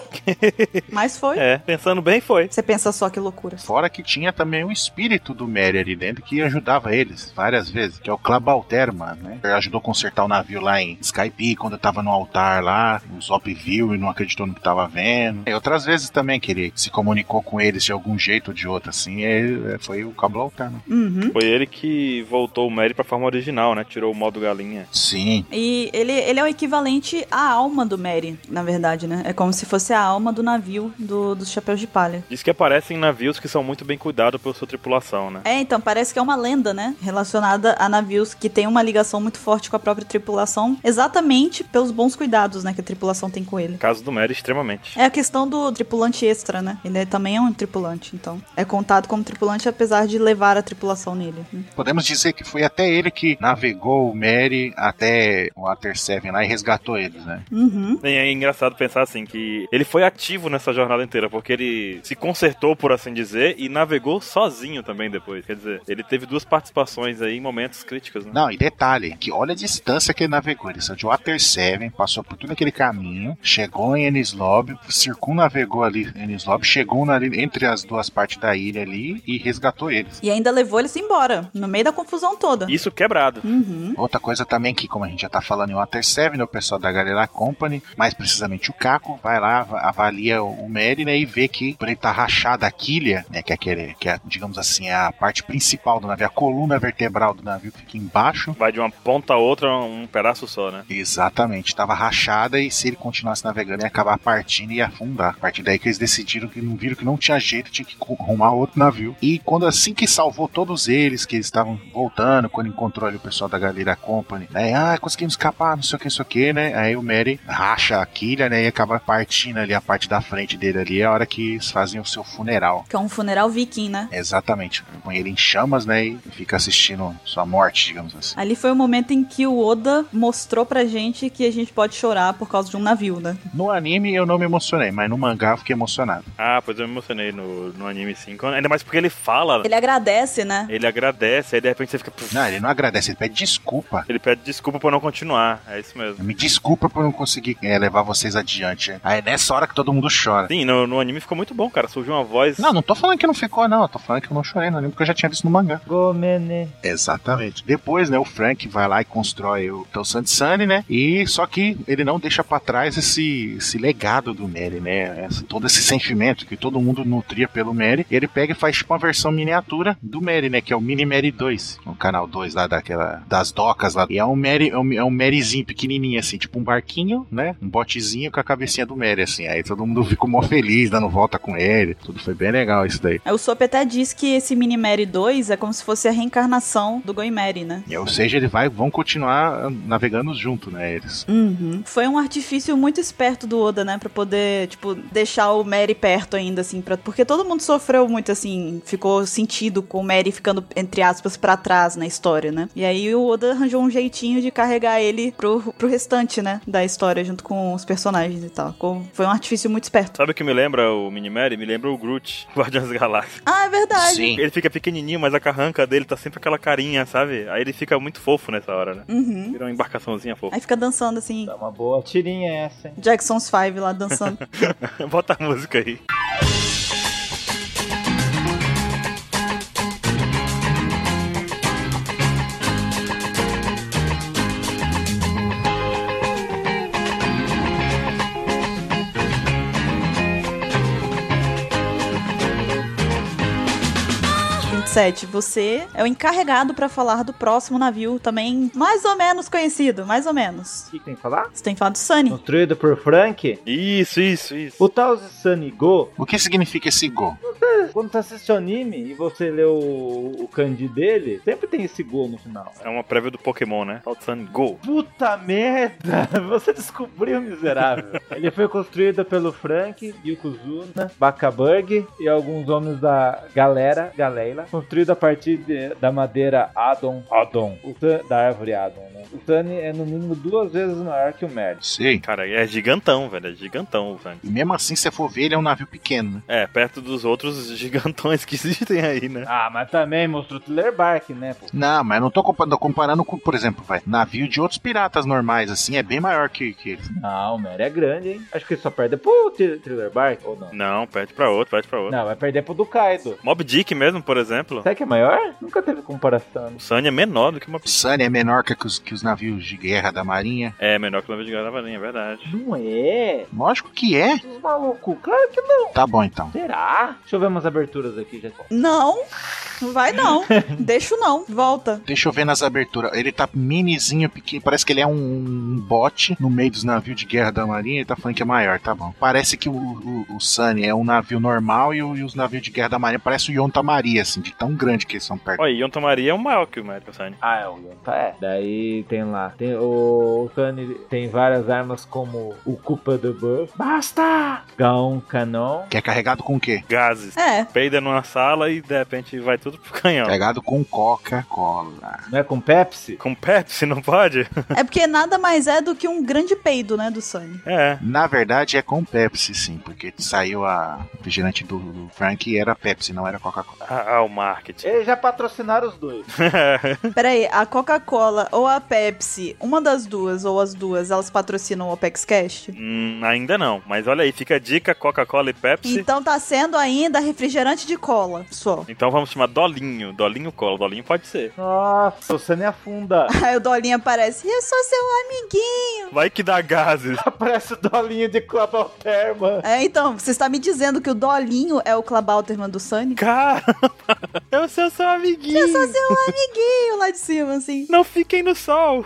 B: mas foi?
A: É, pensando bem, foi.
B: Você pensa só que loucura.
D: Fora que tinha também o espírito do Mary ali dentro que ajudava eles várias vezes, que é o Clabalterma, né? Ele ajudou a consertar o navio lá em Skype quando eu tava no altar lá, o Zop viu e não acreditou no que tava vendo. E outras vezes também que ele se comunicou com eles de algum jeito ou de outro, assim, e, é, foi o Clabalterma.
B: Uhum.
A: Foi ele que voltou o Mary pra forma original, né? Tirou o modo galinha.
D: Sim,
B: E ele, ele é o equivalente à alma do Mary, na verdade, né? É como se fosse a alma do navio do, dos chapéus de palha.
A: Diz que aparecem em navios que são muito bem cuidados pela sua tripulação, né?
B: É, então, parece que é uma lenda, né? Relacionada a navios que tem uma ligação muito forte com a própria tripulação, exatamente pelos bons cuidados, né, que a tripulação tem com ele.
A: No caso do Mary, extremamente.
B: É a questão do tripulante extra, né? Ele é- também é um tripulante, então. É contado como tripulante, apesar de levar a tripulação nele.
D: podemos dizer que foi até ele que navegou o Mary até o Water 7 lá e resgatou eles, né?
B: Uhum.
A: E é engraçado pensar assim que ele foi ativo nessa jornada inteira, porque ele se consertou, por assim dizer, e navegou sozinho também depois. Quer dizer, ele teve duas participações aí em momentos críticos, né?
D: Não, e detalhe, que olha a distância que ele navegou. Ele saiu de Water Seven, passou por todo aquele caminho, chegou em Enislob, circunavegou ali Enislob, chegou na- entre as duas partes da ilha ali e resgatou eles.
B: E ainda levou eles embora, no meio da confusão toda.
A: Isso quebrado.
B: Uhum.
D: Outra coisa também que, como a gente já tá falando em Water Seven, o pessoal da Galera Company, mais precisamente o Caco, vai lá, av- avalia o o Mary, né, e vê que por ele tá rachado a quilha, né, que é aquele, que é, digamos assim, a parte principal do navio, a coluna vertebral do navio, fica embaixo.
A: Vai de uma ponta a outra um pedaço só, né?
D: Exatamente, estava rachada e se ele continuasse navegando ia acabar partindo e ia afundar. A partir daí que eles decidiram que não viram que não tinha jeito, tinha que arrumar outro navio. E quando assim que salvou todos eles, que eles estavam voltando, quando encontrou ali o pessoal da Galera Company, né? Ah, conseguimos escapar, não sei o que, não sei o que, né? Aí o Mary racha a quilha, né? E acaba partindo ali a parte da frente dele ali, é a hora que eles fazem o seu funeral.
B: Que é um funeral viking, né?
D: Exatamente, põe ele em chamas, né? E fica assistindo sua morte, digamos assim.
B: Ali foi o momento em que o Oda mostrou pra gente que a gente pode chorar por causa de um navio, né?
D: No anime eu não me emocionei, mas no mangá eu fiquei emocionado.
A: Ah, pois eu me emocionei no, no anime sim. Quando- Ainda mais porque ele fala,
B: Ele agradece, né?
A: ele agradece, aí de repente você fica. "Puf".
D: Não, ele não agradece, ele pede desculpa.
A: Ele pede desculpa por não continuar, é isso mesmo.
D: Me desculpa por não conseguir é, levar vocês adiante. né? Aí é nessa hora que todo mundo chora.
A: Sim, no, no anime ficou muito bom, cara. Surgiu uma voz.
D: Não, não tô falando que não ficou, não. Eu tô falando que eu não chorei no anime, porque eu já tinha visto no mangá.
C: Gomene.
D: Exatamente. Depois, né, o Frank vai lá e constrói o Tão Sandy Sunny, né? E só que ele não deixa pra trás esse, esse legado do Mary, né? Esse- todo esse sentimento que todo mundo nutria pelo Mary. E ele pega e faz tipo uma versão miniatura do Mary, né? Que é o Mini Mary 2. No canal 2 lá daquela. Das docas lá. E é um Mary, é um, é um Maryzinho pequenininho, assim, tipo um barquinho, né? Um botezinho com a cabecinha do Mary, assim. Aí todo mundo ficou mó feliz, dando volta com ele. Tudo foi bem legal isso daí.
B: Aí O Sop até diz que esse Mini Mary 2 é como se fosse a reencarnação do Goimeri, né?
D: E, Ou seja, ele vai, vão continuar navegando junto, né? Eles.
B: Uhum. Foi um artifício muito esperto do Oda, né? Pra poder, tipo, deixar o Mary perto ainda, assim. Pra... Porque todo mundo sofreu muito, assim. Ficou sentido com o Mary ficando, entre aspas, pra trás na história, né? E aí o Oda arranjou um jeitinho de carregar ele pro, pro restante, né? Da história, junto com os personagens e tal. Ficou- Foi um artifício muito esperto.
A: Sabe o que me lembra o Minimary? Me lembra o Groot, Guardiões da Galáxia.
B: Ah, é verdade.
A: Ele fica pequenininho, mas a carranca dele tá sempre aquela carinha, sabe? Aí ele fica muito fofo nessa hora, né?
B: Uhum.
A: Vira uma embarcaçãozinha fofa.
B: Aí fica dançando, assim.
C: Dá uma boa tirinha essa, hein?
B: Jackson's Five lá dançando.
A: Bota a música aí.
B: Sete, você é o encarregado pra falar do próximo navio, também mais ou menos conhecido, mais ou menos.
C: O que que tem que falar?
B: Você tem falado do Sunny.
C: Construído por Frank.
A: Isso, isso, isso.
C: O tal de Sanigo,
D: O que significa esse gol?
C: quando você assiste o anime e você lê o, o kanji dele, sempre tem esse gol no final.
A: É uma prévia do Pokémon, né? Salt Sun Go.
C: Puta merda! Você descobriu, miserável. Ele foi construído pelo Frank, Yokozuna, Bakaburg e alguns homens da galera, Galeila. Construído a partir de- da madeira Adon. Adon. O tan- da árvore Adon, né? O Tani é no mínimo duas vezes maior que o Merlin.
D: Sei.
A: Cara, é gigantão, velho. É gigantão o Sun.
D: E mesmo assim, se você for ver, ele é um navio pequeno, né?
A: É, perto dos outros gigantões que existem aí, né?
C: Ah, mas também mostrou o Thriller Bark, né? Pô?
D: Não, mas eu não tô compa- tô comparando com, por exemplo, vai, navio de outros piratas normais, assim, é bem maior que, que eles.
C: Não, o Merlin é grande, hein? Acho que ele só perde pro Thri- Thriller Bark, ou não?
A: Não, perde pra outro, perde pra outro.
C: Não, vai perder pro do Kaido.
A: Mob Dick mesmo, por exemplo.
C: Será que é maior? Nunca teve comparação.
A: O Sunny é menor do que uma...
D: O Sunny é menor que os, que os navios de guerra da marinha.
A: É, menor que o Lama de Gaia Varinha, é verdade.
C: Não é?
D: Lógico que é.
C: Os malucos, claro que não.
D: Tá bom, então.
C: Será? Deixa eu ver umas aberturas aqui, já.
B: Não, não vai não. Deixa o não, volta.
D: Deixa eu ver nas aberturas. Ele tá minizinho, pequeno. Parece que ele é um, um bote no meio dos navios de guerra da marinha. Ele tá falando que é maior, tá bom. Parece que o, o, o Sunny é um navio normal e, o- e os navios de guerra da marinha parecem o Yonta Maria, assim, de tão grande que eles são perto.
A: Olha, Ion Tomaria é um maior que o Magic Sunny.
C: Ah, é o Yonta, é. Daí tem lá. Tem, o, o Sunny tem várias armas como o Culpa do Buff. Basta! Gaon Canon.
D: Que é carregado com o quê?
A: Gases.
B: É,
A: Peida numa sala e de repente vai tudo pro canhão.
D: Carregado com Coca-Cola.
C: Não é com Pepsi?
A: Com Pepsi, não pode?
B: é porque nada mais é do que um grande peido, né, do Sunny.
A: É.
D: Na verdade é com Pepsi, sim, porque saiu a o refrigerante do, do Frank e era Pepsi, não era Coca-Cola.
A: Ah, ah, o marketing.
C: Eles já patrocinaram os dois.
B: Pera aí, a Coca-Cola ou a Pepsi, uma das duas ou as duas, elas patrocinam o Opex Cash?
A: Hum, ainda não. Mas olha aí, fica a dica, Coca-Cola e Pepsi.
B: Então tá sendo ainda refrigerante de cola, só.
A: Então vamos chamar Dolinho. Dolinho cola. Dolinho pode ser.
C: Nossa, você me afunda.
B: Aí o Dolinho aparece. Eu sou seu amiguinho.
A: Vai que dá gases.
C: Parece o dolinho de Clabalterma.
B: É, então, você está me dizendo que o Dolinho é o Clabalterman do Sonic?
A: Caramba! Eu sou seu amiguinho.
B: Eu sou seu amiguinho lá de cima, assim.
A: Não fiquem no sol.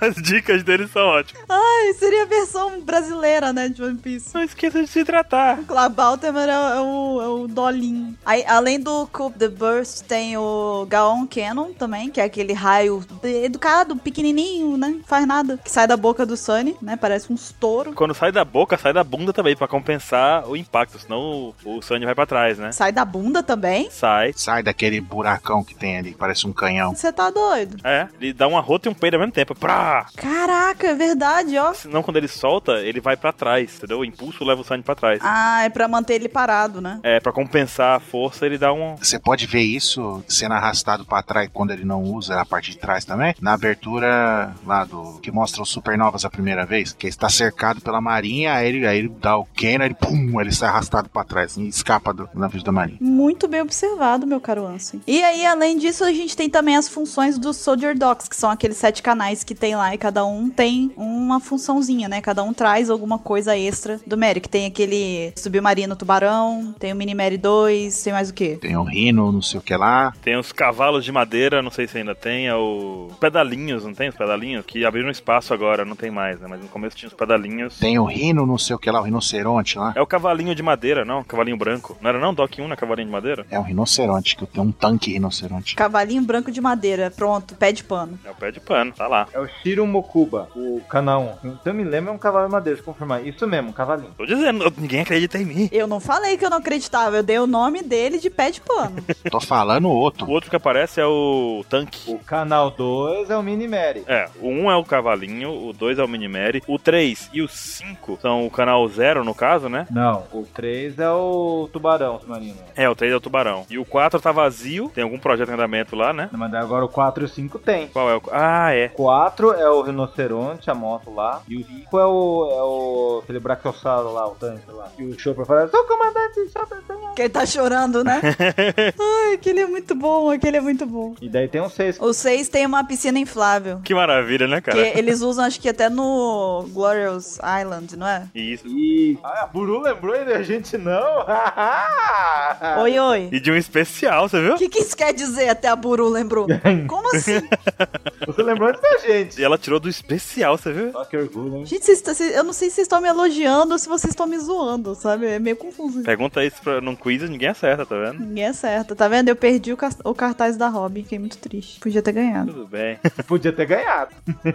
A: As dicas dele são ótimas.
B: Ai, seria a versão brasileira, né, de One Piece.
A: Não esqueça de se tratar.
B: O Clabalterman é, o, é o Dolinho. Aí, além do Coup de Burst, tem o Gaon Cannon também, que é aquele raio educado, pequenininho, né? Faz nada. Que sai da boca do Sunny, né? Parece um estouro.
A: Quando sai da boca, sai da bunda também, pra compensar o impacto. Senão o, o Sunny vai pra trás, né?
B: Sai da bunda também.
A: Sai.
D: Sai daquele buracão que tem ali, parece um canhão.
B: Você tá doido?
A: É, ele dá um arroto e um peido ao mesmo tempo. Prá!
B: Caraca, é verdade, ó.
A: Senão quando ele solta, ele vai pra trás, entendeu? O impulso leva o Sunny pra trás.
B: Ah, é pra manter ele parado, né?
A: É, pra compensar a força, ele dá um...
D: Você pode ver isso sendo arrastado pra trás quando ele não usa a parte de trás também? Na abertura lá do... que mostra os supernovas a primeira vez, que ele está cercado pela marinha, aí ele, aí ele dá o Ken, aí ele, pum, ele sai arrastado pra trás e escapa do navio da marinha.
B: Muito bem observado, meu caro Ansem. E aí, além disso, a gente tem também as funções dos Soldier Docs, que são aqueles sete canais que tem lá e cada um tem uma funçãozinha, né? Cada um traz alguma coisa extra do Merrick. Tem aquele submarino tubarão, tem o Mini Mary 2, tem mais o quê?
D: Tem o rino, não sei o que lá.
A: Tem os cavalos de madeira, não sei se ainda tem, é o... Pedalinhos, não tem os pedalinhos? Que abriram espaço agora, não tem mais, né? Mas no começo tinha os pedalinhos.
D: Tem o rino, não sei o que lá, o rinoceronte lá.
A: É o cavalinho de madeira, não? Cavalinho branco. Não era não? Doc 1 na cavalinho de madeira?
D: É um rinoceronte, que eu tenho um tanque rinoceronte.
B: Cavalinho branco de madeira, pronto, pé de pano.
A: É o pé de pano, tá lá.
C: É o Shiro Mokuba, o canal 1. Então eu me lembro, é um cavalo de madeira, se confirmar. Isso mesmo, um cavalinho.
A: Tô dizendo, ninguém acredita em mim.
B: Eu não falei que eu não acreditava, eu dei o nome dele de pé de pano.
D: Tô falando outro.
A: O outro que aparece é o tanque.
C: O canal 2 é o Mini Mary.
A: É, o 1 é o cavalinho, o 2 é o Minimary, o 3 e o 5 são o canal 0 no caso, né?
C: Não, o 3 é o tubarão, submarino.
A: É, o 3 é o tubarão. E o 4 tá vazio, tem algum projeto em andamento lá, né?
C: Não, Mas agora o 4 e o 5 tem.
A: Qual é o... Ah, é.
C: 4 é o rinoceronte, a moto lá. E o 5 é o. é o. aquele brachiossauro lá, o tanque lá. E o Chopper fala, sou comandante, Chopper, tenha-"
B: Que ele tá chorando, né? Ai, aquele é muito bom, aquele é muito bom.
C: E daí tem um 6.
B: O 6 tem uma piscina inflável.
A: Que maravilha, né,
B: Que
A: cara?
B: eles usam, acho que até no Glorious Island, não é?
A: E Isso.
C: E. Ah, a Buru lembrou e a gente não?
B: Oi, oi.
A: E de um especial, você viu?
B: O que, que isso quer dizer até a Buru lembrou? Como assim?
C: Você lembrou antes da gente.
A: E ela tirou do especial, você viu?
C: Só que orgulho, hein?
B: Gente, vocês- vocês- eu não sei se vocês estão me elogiando ou se vocês estão me zoando, sabe? É meio confuso.
A: Pergunta isso pra, num quiz e ninguém acerta, tá vendo?
B: Ninguém acerta, tá vendo? Eu perdi o, cas- o cartaz da Robin, fiquei muito triste. Podia ter ganhado.
A: Tudo bem.
C: Podia ter ganhado.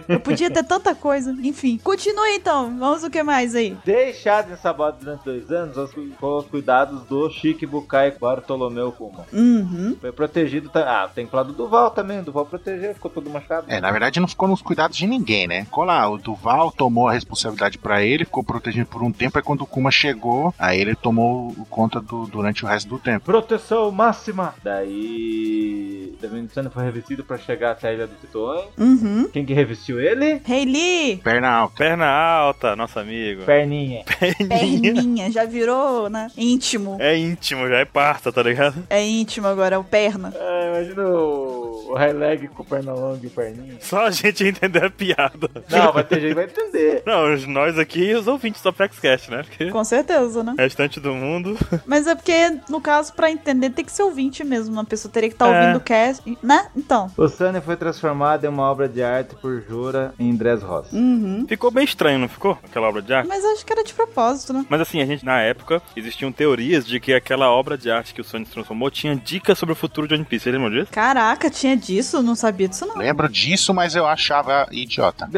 B: Eu podia ter tanta coisa. Enfim, continue então. Vamos o que mais aí?
C: Deixado em sabado durante dois anos aos cu- com os cuidados do Chique Bukai Bartolomeu Kuma.
B: Uhum.
C: Foi protegido. ta- Ah, tem que falar do Duval também. O Duval protegeu, ficou todo machucado.
D: É, na verdade não ficou nos cuidados de ninguém, né? Ficou lá, o Duval tomou a responsabilidade pra ele, ficou protegido por um tempo, aí quando o Kuma chegou, aí ele tomou o conta do, durante o resto do tempo.
C: Proteção máxima! Daí. Davi Insano foi revestido pra chegar até a Ilha do Titões.
B: Uhum.
C: Quem que revestiu ele?
B: Hey Lee,
D: Perna alta.
A: Perna alta, nosso amigo.
C: Perninha.
B: perninha, já virou, né? Íntimo.
A: É íntimo, já é parça, tá ligado?
B: É íntimo agora, é o perna.
C: Ah, imagina o, o high leg com perna longa e perninha.
A: Só a gente entender a piada.
C: Não, vai ter gente que vai entender.
A: Não, nós aqui e os ouvintes do Prexcast, né? Porque
B: Com certeza, né?
A: o restante do mundo.
B: Mas é porque, no caso, pra entender, tem que ser ouvinte mesmo. Uma pessoa teria que estar
A: É.
B: ouvindo o cast, né? Então.
C: O Sunny foi transformado em uma obra de arte por Jura em Dress Rosa.
B: Uhum.
A: Ficou bem estranho, não ficou? Aquela obra de arte.
B: Mas acho que era de propósito, né?
A: Mas assim, a gente, na época, existiam teorias de que aquela obra de arte que o Sony se transformou tinha dicas sobre o futuro de One Piece. Você lembra disso?
B: Caraca, tinha disso? Não sabia disso, não.
D: Lembro disso, mas eu achava idiota.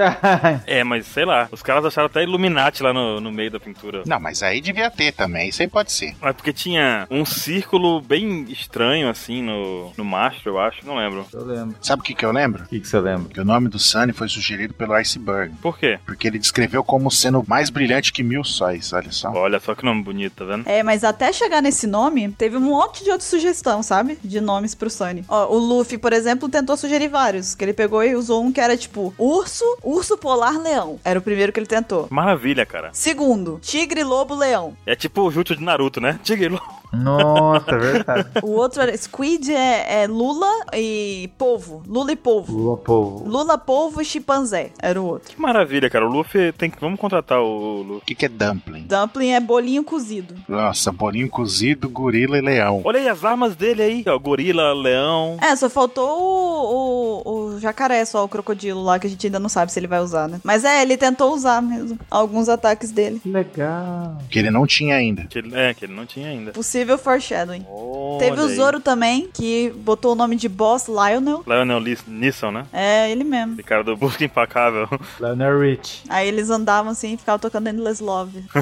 A: É, mas sei lá. Os caras acharam até Illuminati lá no, no meio da pintura.
D: Não, mas aí devia ter também, isso aí pode ser.
A: Mas porque tinha um círculo bem estranho, assim, no, no mastro, eu acho. Não lembro.
C: Eu lembro.
D: Sabe o que, que eu lembro?
C: O que, que você lembra?
D: Que o nome do Sunny foi sugerido pelo Iceberg,
A: Por quê?
D: porque ele descreveu como sendo mais brilhante que mil sóis, olha só.
A: Olha só que nome bonito, tá vendo?
B: É, mas até chegar nesse nome, teve um monte de outra sugestão, sabe? De nomes pro Sunny. Ó, o Luffy, por exemplo, tentou sugerir vários. Que ele pegou e usou um que era tipo urso, urso polar leão. Era o primeiro que ele tentou.
A: Maravilha, cara.
B: Segundo, tigre, lobo, leão.
A: É tipo o Jutsu de Naruto, né? Tigre,
C: Nossa, é verdade.
B: O outro era Squid é, é Lula e Polvo. Lula e Polvo.
C: Lula povo.
B: Lula, Polvo e Chimpanzé. Era o outro.
A: Que maravilha, cara. O Luffy tem que. Vamos contratar o Luffy.
D: O que, que é dumpling?
B: Dumpling é bolinho cozido.
D: Nossa, bolinho cozido, gorila e leão.
A: Olha aí as armas dele aí. Ó, gorila, leão.
B: É, só faltou o, o, o jacaré, só o crocodilo lá, que a gente ainda não sabe se ele vai usar, né? Mas é, ele tentou usar mesmo alguns ataques dele.
C: Que legal.
D: Que ele não tinha ainda.
A: Que ele- é, que ele não tinha ainda.
B: Possível foreshadowing.
A: Olha
B: Teve o
A: aí.
B: Zoro também, que botou o nome de Boss Lionel.
A: Lionel Lis- Nisson, né?
B: É, ele mesmo.
A: Esse cara do Busca Impacável.
C: Lionel Rich.
B: Aí eles andavam assim e ficavam tocando Endless Love.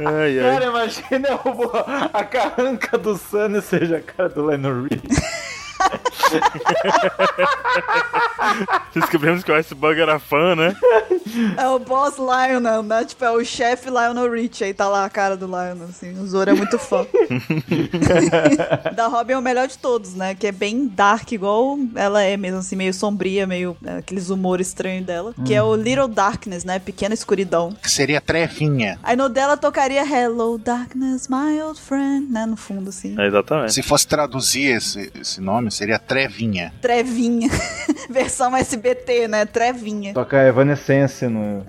A: ai, ai.
C: Cara, imagina eu vou- a carranca do Sunny seja a cara do Lionel Rich.
A: Descobrimos que o Iceberg era fã, né?
B: é o Boss Lionel, né? Tipo, é o chefe Lionel Rich. Aí tá lá a cara do Lionel, assim. O Zoro é muito fã. da Robin é o melhor de todos, né? Que é bem dark, igual ela é mesmo, assim, meio sombria, meio é, aqueles humores estranhos dela. Que é o Little Darkness, né? Pequena escuridão.
D: Que seria trefinha.
B: Aí no dela tocaria Hello Darkness, my old friend, né? No fundo, assim.
A: É, exatamente.
D: Se fosse traduzir esse, esse nome, seria trevinha.
B: Trevinha. Versão SBT, né? Trevinha.
C: Toca Evanescence no.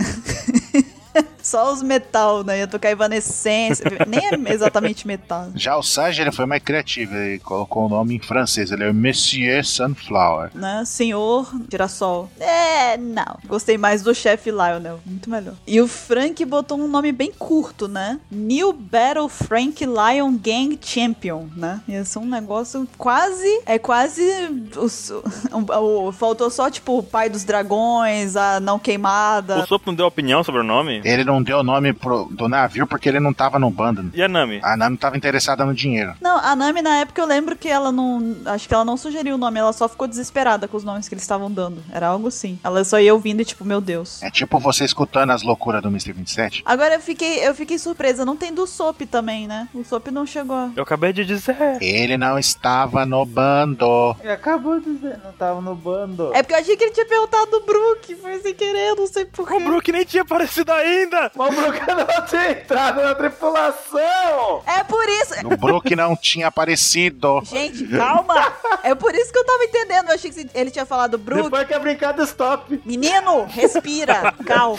B: Só os metal, né? Ia tocar Evanescence. Nem é exatamente metal.
D: Já o Sage, ele foi mais criativo, ele colocou o nome em francês, ele é Monsieur Sunflower.
B: Né? Senhor Girassol. É, não. Gostei mais do chefe Lionel. Muito melhor. E o Frank botou um nome bem curto, né? New Battle Frank Lion Gang Champion, né? Ia ser um negócio quase. É quase. os- o- o- faltou só, tipo, o pai dos dragões, a não
A: O
B: queimada.
A: Sop não deu opinião sobre o nome?
D: Ele não deu o nome pro, do navio porque ele não tava no bando.
A: E a Nami?
D: A Nami tava interessada no dinheiro.
B: Não, a Nami na época eu lembro que ela não. Acho que ela não sugeriu o nome, ela só ficou desesperada com os nomes que eles estavam dando. Era algo assim. Ela só ia ouvindo e tipo, meu Deus.
D: É tipo você escutando as loucuras do Mr. 27.
B: Agora eu fiquei, eu fiquei surpresa, não tem do Sop também, né? O Sop não chegou. a-
A: Eu acabei de dizer.
D: Ele não estava no bando.
C: Ele acabou de dizer, não tava no bando.
B: É porque eu achei que ele tinha perguntado do Brook, foi sem querer, eu não sei porquê.
A: O Brook nem tinha aparecido ainda!
C: Mas o Bruca não tinha entrado na tripulação!
B: É por isso.
D: O Brook não tinha aparecido.
B: Gente, calma! É por isso que eu tava entendendo. Eu achei que ele tinha falado Brook.
C: Depois que é brincar do stop.
B: Menino, respira, calma.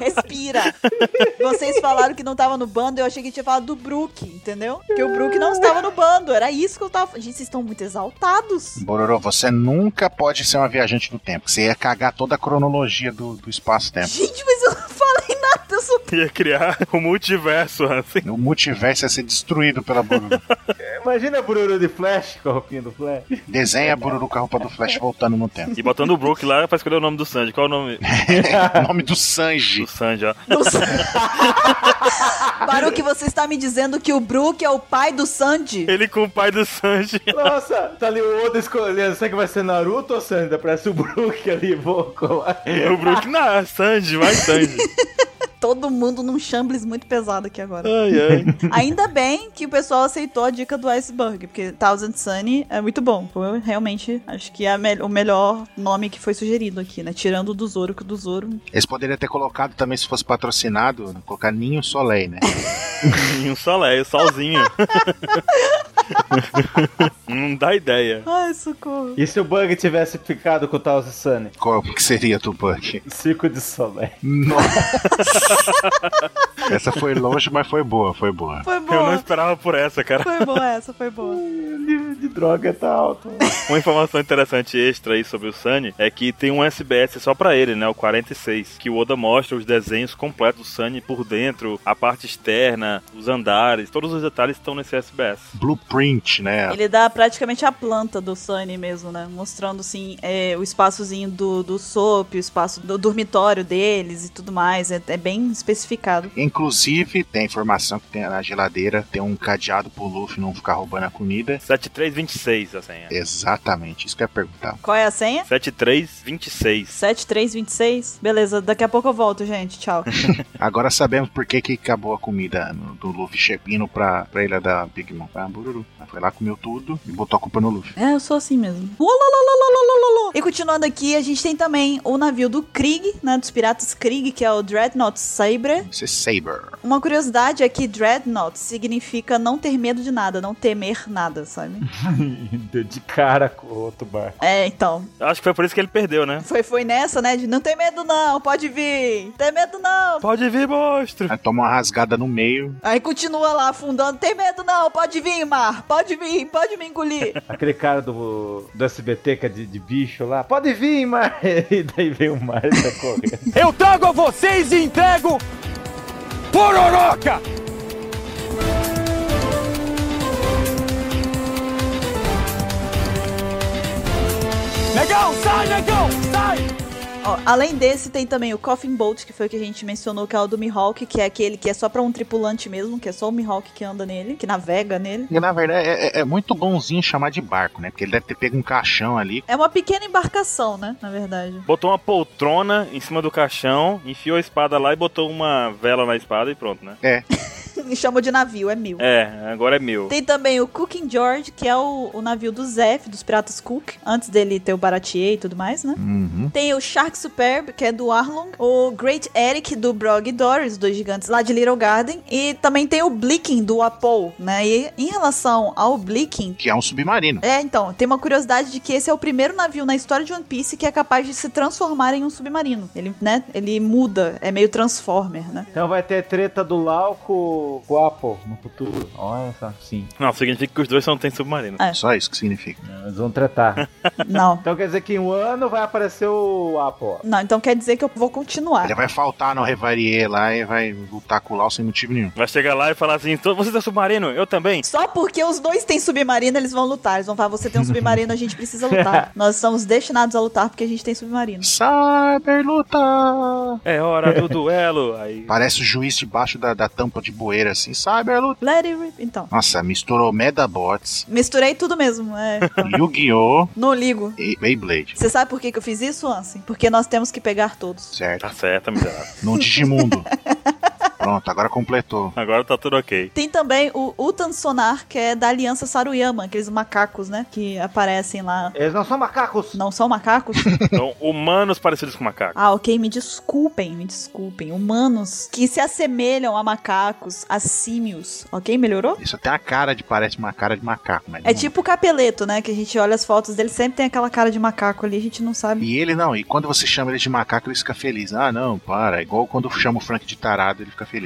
B: Respira. Vocês falaram que não tava no bando, eu achei que tinha falado do Brook, entendeu? Que o Brook não estava no bando, era isso que eu tava. Gente, vocês estão muito exaltados.
D: Bororô, você nunca pode ser uma viajante do tempo. Você ia cagar toda a cronologia do, do espaço-tempo.
B: Gente, mas eu não falei nada, eu sou.
A: Ia criar o multiverso, assim.
D: O multiverso ia ser destruído pela Bururu.
C: Imagina a Bururu de Flash com a roupinha do Flash.
D: Desenha a Bururu com a roupa do Flash voltando no tempo.
A: E botando o Brook lá pra escolher o nome do Sanji. Qual é o nome
D: o nome do Sanji.
A: do Sanji, ó?
B: Do... Baruque, você está me dizendo que o Brook é o pai do Sandy?
A: Ele com o pai do Sanji.
C: Nossa, tá ali o Oda escolhendo. Será que vai ser Naruto ou Sandra? Parece o Brook ali, boco lá.
A: O Brook, não, Sanji, vai Sanji.
B: Todo mundo num chambles muito pesado aqui agora.
A: Ai, ai.
B: Ainda bem que o pessoal aceitou a dica do Iceberg, porque Thousand Sunny é muito bom. Eu realmente acho que é a mel- o melhor nome que foi sugerido aqui, né? Tirando o do Zoro, que o do Zoro.
D: Eles poderiam ter colocado também, se fosse patrocinado, colocar Ninho Soleil, né?
A: E um solé, solzinho. Não dá ideia.
B: Ai, socorro.
C: E se o Bug tivesse ficado com o Taos e Sunny?
D: Qual é que seria do Buck?
C: Circo de Soleil.
D: Nossa! Essa foi longe, mas foi boa, foi boa.
B: Foi
A: Eu não
B: boa.
A: esperava por essa, cara.
B: Foi boa essa, foi boa.
C: O nível de droga tá alto.
A: Uma informação interessante extra aí sobre o Sunny é que tem um SBS só pra ele, né? O 46. Que o Oda mostra os desenhos completos do Sunny por dentro, a parte externa, os andares, todos os detalhes estão nesse SBS.
D: Blueprint, né?
B: Ele dá praticamente a planta do Sunny mesmo, né? Mostrando, assim, é, o espaçozinho do, do Soap, o espaço do dormitório deles e tudo mais. É- é bem especificado.
D: Inclusive, tem a informação que tem na geladeira, tem um cadeado pro Luffy não ficar roubando a comida.
A: 7326, a senha.
D: Exatamente, isso que eu ia perguntar.
B: Qual é a senha?
A: 7326.
B: 7326? Beleza, daqui a pouco eu volto, gente. Tchau.
D: Agora sabemos por que, que acabou a comida no- do Luffy chegando pra, pra ilha da Big Mom. Ah, Bururu. Ela Foi lá, comeu tudo e botou a culpa no Luffy.
B: é, eu sou assim mesmo. Ololololololololô. E continuando aqui, a gente tem também o navio do Krieg, né? Dos piratas Krieg, que é o Dreadnought Sabre.
D: Isso é Saber.
B: Uma curiosidade é que Dreadnought significa não ter medo de nada, não temer nada, sabe?
C: Deu de cara com o outro bar.
B: É, então.
A: Acho que foi por isso que ele perdeu, né?
B: Foi, foi nessa, né? De não ter medo, não, pode vir. Tem medo, não.
A: Pode vir, monstro.
D: Aí toma uma rasgada no meio.
B: Aí continua lá afundando. Tem medo, não, pode vir, mar. Pode vir, pode me engolir.
C: Aquele cara do, do SBT que é de, de bicho lá. Pode vir, Mar. E daí vem o Mar e tá correndo.
G: Eu trago a vocês e entrego Pororoca! Negão, sai, negão, sai!
B: Ó, além desse, tem também o Coffin Bolt, que foi o que a gente mencionou, que é o do Mihawk, que é aquele que é só pra um tripulante mesmo, que é só o Mihawk que anda nele, que navega nele.
D: E na verdade é, é- é muito bonzinho chamar de barco, né? Porque ele deve ter pego um caixão ali.
B: É uma pequena embarcação, né? Na verdade.
A: Botou uma poltrona em cima do caixão, enfiou a espada lá e botou uma vela na espada e pronto, né?
B: E Chamou de navio, é mil.
A: É, agora é meu.
B: Tem também o Cooking George, que é o, o navio do Zef, dos piratas Cook, antes dele ter o Baratier e tudo mais, né?
D: Uhum.
B: Tem o Shark Superb, que é do Arlong, o Great Eric do Brog e Doris, dos gigantes lá de Little Garden, e também tem o Blicking do Apol, né? E em relação ao Blicking,
D: Que é um submarino.
B: é, então, tem uma curiosidade de que esse é o primeiro navio na história de One Piece que é capaz de se transformar em um submarino. Ele, né, ele muda, é meio Transformer, né?
C: Então vai ter treta do Lau com com o Apple no futuro. Olha só. Sim.
A: Não, significa que os dois só não tem submarino.
B: É.
D: Só isso que significa.
C: Eles vão tretar.
B: Não.
C: então quer dizer que em um ano vai aparecer o Apple.
B: Não, então quer dizer que eu vou continuar.
D: Ele vai faltar no Revarie lá e vai lutar com o Lau sem motivo nenhum.
A: Vai chegar lá e falar assim: "Tô- você tem submarino? Eu também.
B: Só porque os dois têm submarino, eles vão lutar. Eles vão falar, você tem um submarino, a gente precisa lutar. Nós estamos destinados a lutar porque a gente tem submarino.
D: Cyber luta!
A: É hora do duelo. Aí.
D: Parece o juiz debaixo da, da tampa de bueira assim. Cyber luta!
B: Let it rip, então.
D: Nossa, misturou Medabots,
B: Misturei tudo mesmo, é.
D: Yu-Gi-Oh!
B: Não ligo.
D: e Beyblade.
B: Você sabe por que, que eu fiz isso, Ansem? Porque nós temos que pegar todos.
D: Certo.
A: Tá certo, miserável.
D: No Digimundo. Pronto, agora completou.
A: Agora tá tudo ok.
B: Tem também o Utan Sonar, que é da Aliança Saruyama, aqueles macacos, né? Que aparecem lá.
C: Eles não são macacos.
B: Não são macacos?
A: Então, humanos parecidos com macacos.
B: Ah, ok, me desculpem, me desculpem. Humanos que se assemelham a macacos, a símios. Ok, melhorou?
D: Isso até a cara de parece uma cara de macaco, mas
B: É
D: não-
B: tipo o capeleto, né? Que a gente olha as fotos dele, sempre tem aquela cara de macaco ali, a gente não sabe.
D: E ele não, e quando você chama ele de macaco, ele fica feliz. Ah, não, para. É igual quando chama o Frank de tarado, ele fica feliz.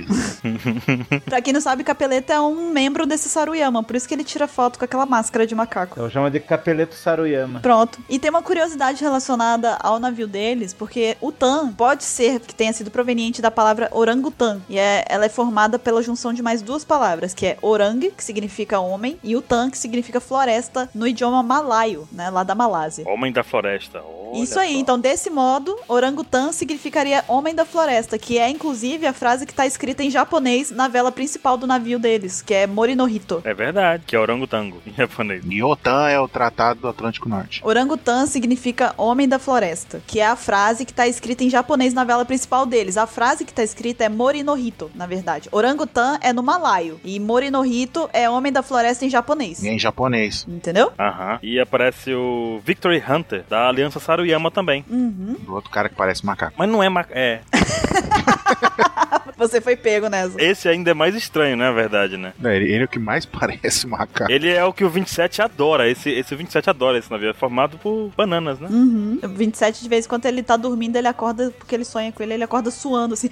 B: pra quem não sabe, capeleto é um membro desse Saruyama, por isso que ele tira foto com aquela máscara de macaco.
C: Então chama de Capeleto Saruyama.
B: Pronto. E tem uma curiosidade relacionada ao navio deles, porque o tan pode ser que tenha sido proveniente da palavra orangutan. E é, ela é formada pela junção de mais duas palavras, que é orang, que significa homem, e o tan, que significa floresta, no idioma malaio, né? Lá da Malásia.
A: Homem da floresta. Olha
B: Isso aí,
A: só.
B: então desse modo, orangutan significaria homem da floresta, que é inclusive a frase que tá escrita em japonês na vela principal do navio deles, que é Morinohito.
A: É verdade, que é orangotango em japonês.
D: Niotan é o tratado do Atlântico Norte.
B: Orangutan significa homem da floresta, que é a frase que tá escrita em japonês na vela principal deles. A frase que tá escrita é Morinohito, na verdade. Orangutan é no malaio e Morinohito é homem da floresta em japonês.
D: E é em japonês.
B: Entendeu?
A: Aham. E aparece o Victory Hunter, da Aliança Saruyama também.
B: Uhum.
D: Do outro cara que parece macaco.
A: Mas não é macaco. É.
B: Você foi pego nessa.
A: Esse ainda é mais estranho, na verdade, né?
D: Não, ele, ele é o que mais parece macaco.
A: Ele é o que o 27 adora. Esse, esse 27 adora esse navio. É formado por bananas, né?
B: Uhum. O 27 de vez em quando ele tá dormindo, ele acorda porque ele sonha com ele, ele acorda suando assim.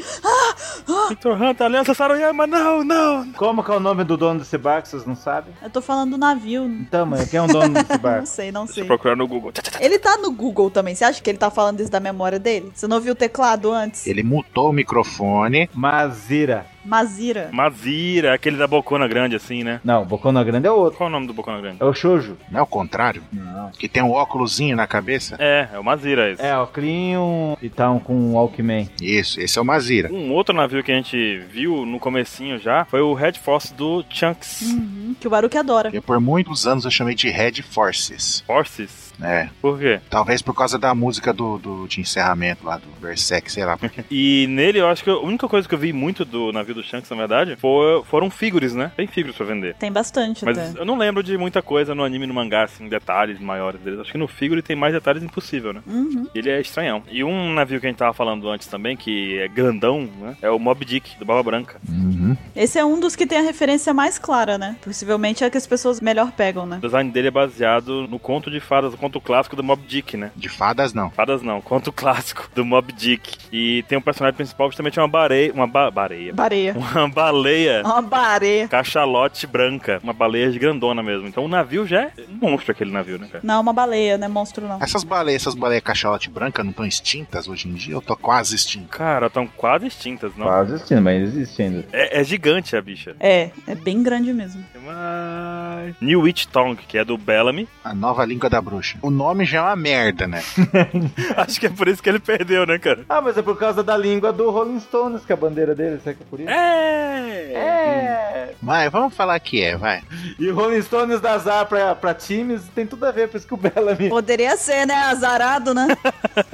A: Victor Hunter, Aliança Saruyama, não, não.
C: Como que é o nome do dono desse barco, vocês não sabem?
B: Eu tô falando do navio.
C: Então, mãe, quem é o dono desse
B: Não
C: barco?
B: sei, não
A: Deixa eu
B: sei.
A: procurar no Google. Tchá, tchá, tchá.
B: Ele tá no Google também. Você acha que ele tá falando isso da memória dele? Você não viu o teclado antes?
D: Ele mutou o microfone.
C: Mazira.
B: Mazira.
A: Mazira, aquele da Bocona Grande, assim, né?
C: Não, Bocona Grande é o outro.
A: Qual o nome do Bocona Grande?
C: É o Shoujo.
D: Não é o contrário? Não. Que tem um óculosinho na cabeça?
A: É, é o Mazira esse.
C: É, o Clean e tal com o Walkman.
D: Isso, esse é o Mazira.
A: Um outro navio que a gente viu no comecinho já foi o Red Force do Chunks.
B: Uhum, que o Baruque adora.
D: Eu, por muitos anos eu chamei de Red Forces.
A: Forces?
D: É,
A: Por quê?
D: talvez por causa da música do, do- de encerramento lá, do Berserk, sei lá. porque-
A: E nele eu acho que a única coisa que eu vi muito do navio do Shanks, na verdade, foi, foram figures, né? Tem figures pra vender.
B: Tem bastante né?
A: Mas
B: até.
A: eu não lembro de muita coisa no anime e no mangá, assim, detalhes maiores deles. Acho que no figure tem mais detalhes impossível, né?
B: Uhum.
A: Ele é estranhão. E um navio que a gente tava falando antes também, que é grandão, né? É o Mob Dick, do Barba Branca.
D: Uhum. Uhum.
B: Esse é um dos que tem a referência mais clara, né? Possivelmente é a que as pessoas melhor pegam, né?
A: O design dele é baseado no conto de fadas, o conto clássico do Mob Dick, né?
D: De fadas, não.
A: Fadas não, conto clássico do Mob Dick. E tem um personagem principal que justamente é uma bareia. Uma ba bareia.
B: Bareia.
A: Uma baleia.
B: Uma bareia.
A: Cachalote branca. Uma baleia grandona mesmo. Então o navio já é um monstro aquele navio, né, cara?
B: Não, uma baleia, né? Monstro não.
D: Essas baleias, essas baleias cachalote branca não estão extintas hoje em dia? Eu tô quase extinta.
A: Cara, estão quase extintas, não?
C: Quase Tá existindo, mas existe ainda.
A: É, é gigante a bicha.
B: É, é bem grande mesmo.
A: Tem mais. New Witch Tongue, que é do Bellamy.
D: A nova língua da bruxa. O nome já é uma merda, né?
A: Acho que é por isso que ele perdeu, né, cara?
C: Ah, mas é por causa da língua do Rolling Stones, que é a bandeira dele, será que é por isso?
A: É!
C: É!
D: Vai, vamos falar que é, vai.
C: E Rolling Stones dá azar pra, pra times, tem tudo a ver, por isso que o Bellamy...
B: Poderia ser, né? Azarado, né?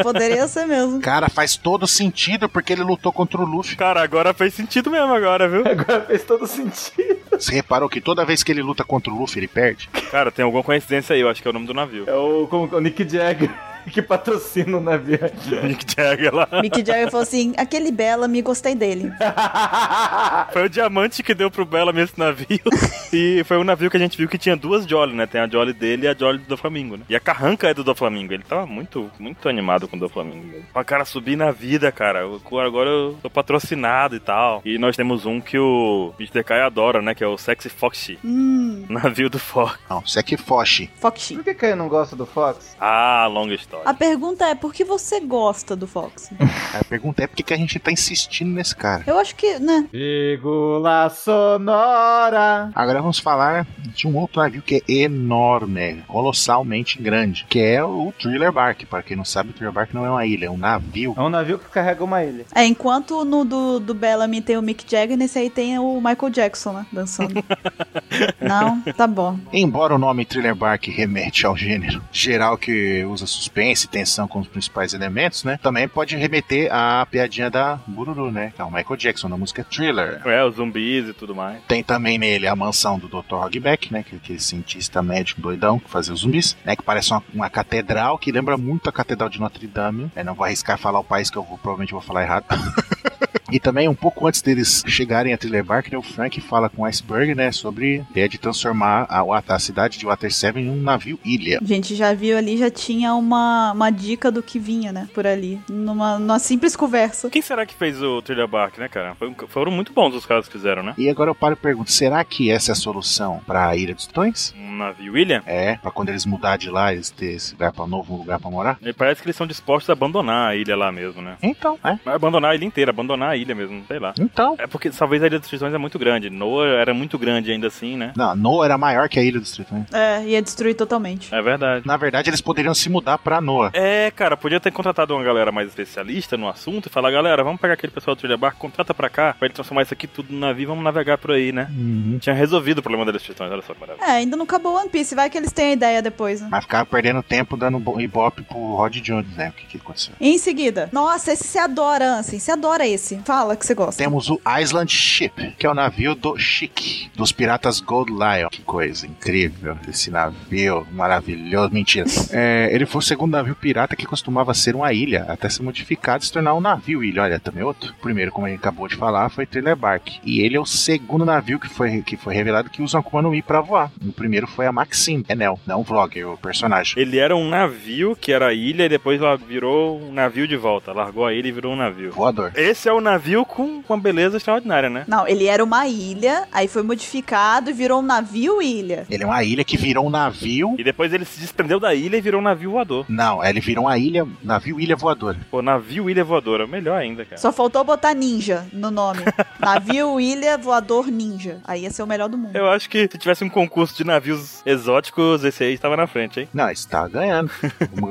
B: Poderia ser mesmo.
D: Cara, faz todo sentido porque ele lutou contra o Luffy.
A: Cara, agora fez sentido mesmo agora, viu?
C: Agora fez todo sentido.
D: Você reparou que toda vez que ele luta contra o Luffy, ele perde?
A: Cara, tem alguma coincidência aí, eu acho que é o nome do navio.
C: É o, como- o Nick Jagger que patrocina o navio.
A: Nick Jagger lá.
B: Mick Jagger falou assim: aquele Bellamy, gostei dele.
A: Foi o diamante que deu pro Bellamy esse navio. e foi um navio que a gente viu que tinha duas Jolly, né? Tem a Jolly dele e a Jolly do Doflamingo, né? E a Carranca é do Doflamingo. Ele tava muito, muito animado com o Doflamingo. Pra cara subir na vida, cara. Eu- Agora eu tô patrocinado e tal. E nós temos um que o Mr. Kai adora, né? Que é o Sexy Foxy.
B: Hum,
A: Navio do Fox.
D: Não, isso é que foge.
B: Foxy.
C: Por que Caio não gosta do Fox?
A: Ah, longa história.
B: A pergunta é: por que você gosta do Fox?
D: A pergunta é por que que a gente tá insistindo nesse cara.
B: Eu acho que, né?
C: Vírgula sonora.
D: Agora vamos falar de um outro navio que é enorme, colossalmente grande, que é o Thriller Bark. Para quem não sabe, o Thriller Bark não é uma ilha, é um navio.
C: É um navio que carrega uma ilha.
B: É, enquanto no do, do Bellamy tem o Mick Jagger, nesse aí tem o Michael Jackson, né? Dançando. Não? Tá bom.
D: Embora o nome Thriller Bark remete ao gênero geral que usa suspense e tensão como os principais elementos, né? Também pode remeter à piadinha da Bururu, né? Que é o Michael Jackson na música Thriller.
A: É, os zumbis e tudo mais.
D: Tem também nele a mansão do Dr. Hogback, né? Que é aquele cientista médico doidão que fazia os zumbis, né? Que parece uma, uma catedral que lembra muito a Catedral de Notre Dame. É, não vou arriscar falar o país que eu vou- provavelmente vou falar errado. E também, um pouco antes deles chegarem a Thriller Bark, né, o Frank fala com o Iceberg, né, sobre a ideia de transformar a, Wat- a cidade de Water Seven em um navio-ilha.
B: A gente já viu ali, já tinha uma, uma dica do que vinha, né? Por ali. Numa, numa simples conversa.
A: Quem será que fez o Trilha Bark, né, cara? Foi- Foram muito bons os caras que fizeram, né?
D: E agora eu paro e pergunto, será que essa é a solução para a Ilha dos Titãs?
A: Um navio ilha?
D: É, pra quando eles mudar de lá, eles terem esse lugar pra novo lugar pra morar?
A: E parece que eles são dispostos a abandonar a ilha lá mesmo, né?
D: Então, é.
A: Mas Abandonar a ilha inteira, abandonar a ilha mesmo, sei lá.
D: Então.
A: É porque talvez a Ilha dos Tritões é muito grande. Noah era muito grande ainda assim, né?
D: Não, Noah era maior que a Ilha dos Titãs.
B: É, ia destruir totalmente.
A: É verdade.
D: Na verdade, eles poderiam se mudar pra Noah.
A: É, cara, podia ter contratado uma galera mais especialista no assunto e falar, galera, vamos pegar aquele pessoal do Trilha Barco, contrata pra cá, pra ele transformar isso aqui tudo no navio e vamos navegar por aí, né? Tinha resolvido o problema da Ilha dos Tritões, olha só que maravilha.
B: É, ainda não acabou One Piece. Vai que eles têm a ideia depois, né?
D: Mas ficava perdendo tempo dando bo- ibope pro Rod Jones, né? O que, que aconteceu?
B: Em seguida. Nossa, esse você adora, Ansem. Você adora esse. Fala que você gosta.
A: um
D: Temos o Island Ship, que é o navio do Chic, dos piratas Gold Lion. Que coisa incrível, esse navio maravilhoso. Mentira. É, ele foi o segundo navio pirata que costumava ser uma ilha, até ser modificado e se tornar um navio ilha. Olha, também outro. O primeiro, como ele acabou de falar, foi Thriller Bark. E ele é o segundo navio que foi, que foi revelado que usa um Akuma no Mi pra voar. O primeiro foi a Maxim, Enel, não o Vlogger, o personagem.
A: Ele era um navio que era ilha e depois lá virou um navio de volta. Largou a ilha e virou um navio.
D: Voador.
A: Esse é o navio com com uma beleza extraordinária, né?
B: Não, ele era uma ilha, aí foi modificado e virou um navio ilha.
D: Ele é uma ilha que virou um navio.
A: E depois ele se desprendeu da ilha e virou um navio voador.
D: Não, ele virou uma ilha, navio ilha voadora.
A: Pô, navio ilha voadora, melhor ainda, cara.
B: Só faltou botar ninja no nome. navio ilha voador ninja. Aí ia ser o melhor do mundo.
A: Eu acho que se tivesse um concurso de navios exóticos, esse aí estava na frente, hein?
D: Não, está ganhando.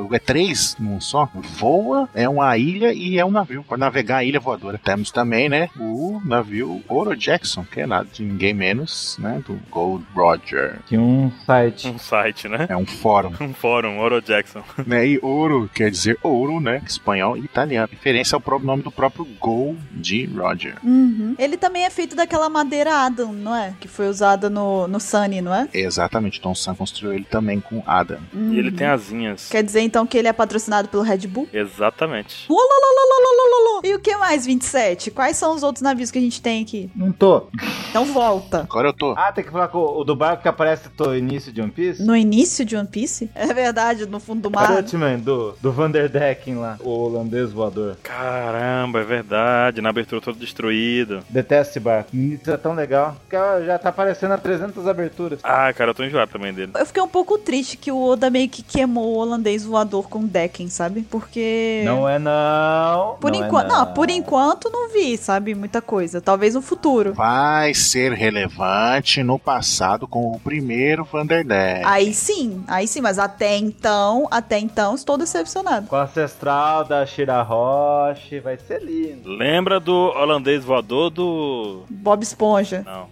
D: O- é três num só. Voa, é uma ilha e é um navio. Para navegar a ilha voadora. Temos também, né? O navio Oro Jackson, que é nada de ninguém menos, né? Do Gold Roger.
C: Tinha um site.
A: Um site, né?
D: É um fórum,
A: Um fórum, Oro Jackson.
D: né? E ouro quer dizer ouro, né? Espanhol e italiano. Referência ao próprio nome do próprio Gold Roger.
B: Uhum. Ele também é feito daquela madeira Adam, não é? Que foi usada no, no Sunny, não é?
D: Exatamente. Tom Sam construiu ele também com Adam.
A: E ele tem asinhas.
B: Quer dizer então que ele é patrocinado pelo Red Bull?
A: Exatamente.
B: Ololololololololô. E o que mais, Sete, quais são os outros navios que a gente tem aqui?
C: Não tô.
B: Então volta.
D: Agora eu tô.
C: Ah, tem que falar com o do barco que aparece no início de One Piece?
B: No início de One Piece? É verdade, no fundo do mar.
C: Dutchman, do, do Vanderdecken lá, o holandês voador.
A: Caramba, é verdade. Na abertura todo destruído.
C: Detesto esse barco. Isso é tão legal. Porque ela já tá aparecendo a 300 aberturas.
A: Ah, cara, eu tô enjoado também dele.
B: Eu fiquei um pouco triste que o Oda meio que queimou o holandês voador com Decken, sabe? Porque.
C: Não é não.
B: Por
C: é
B: enquanto. não, por enquanto não vi, sabe? Muita coisa. Talvez no futuro.
D: Vai ser relevante no passado com o primeiro Vanderdeck.
B: Aí sim, aí sim, mas até então, até então, estou decepcionado.
C: Com a ancestral da Shirahoshi, vai ser lindo.
A: Lembra do holandês voador do.
B: Bob Esponja.
A: Não.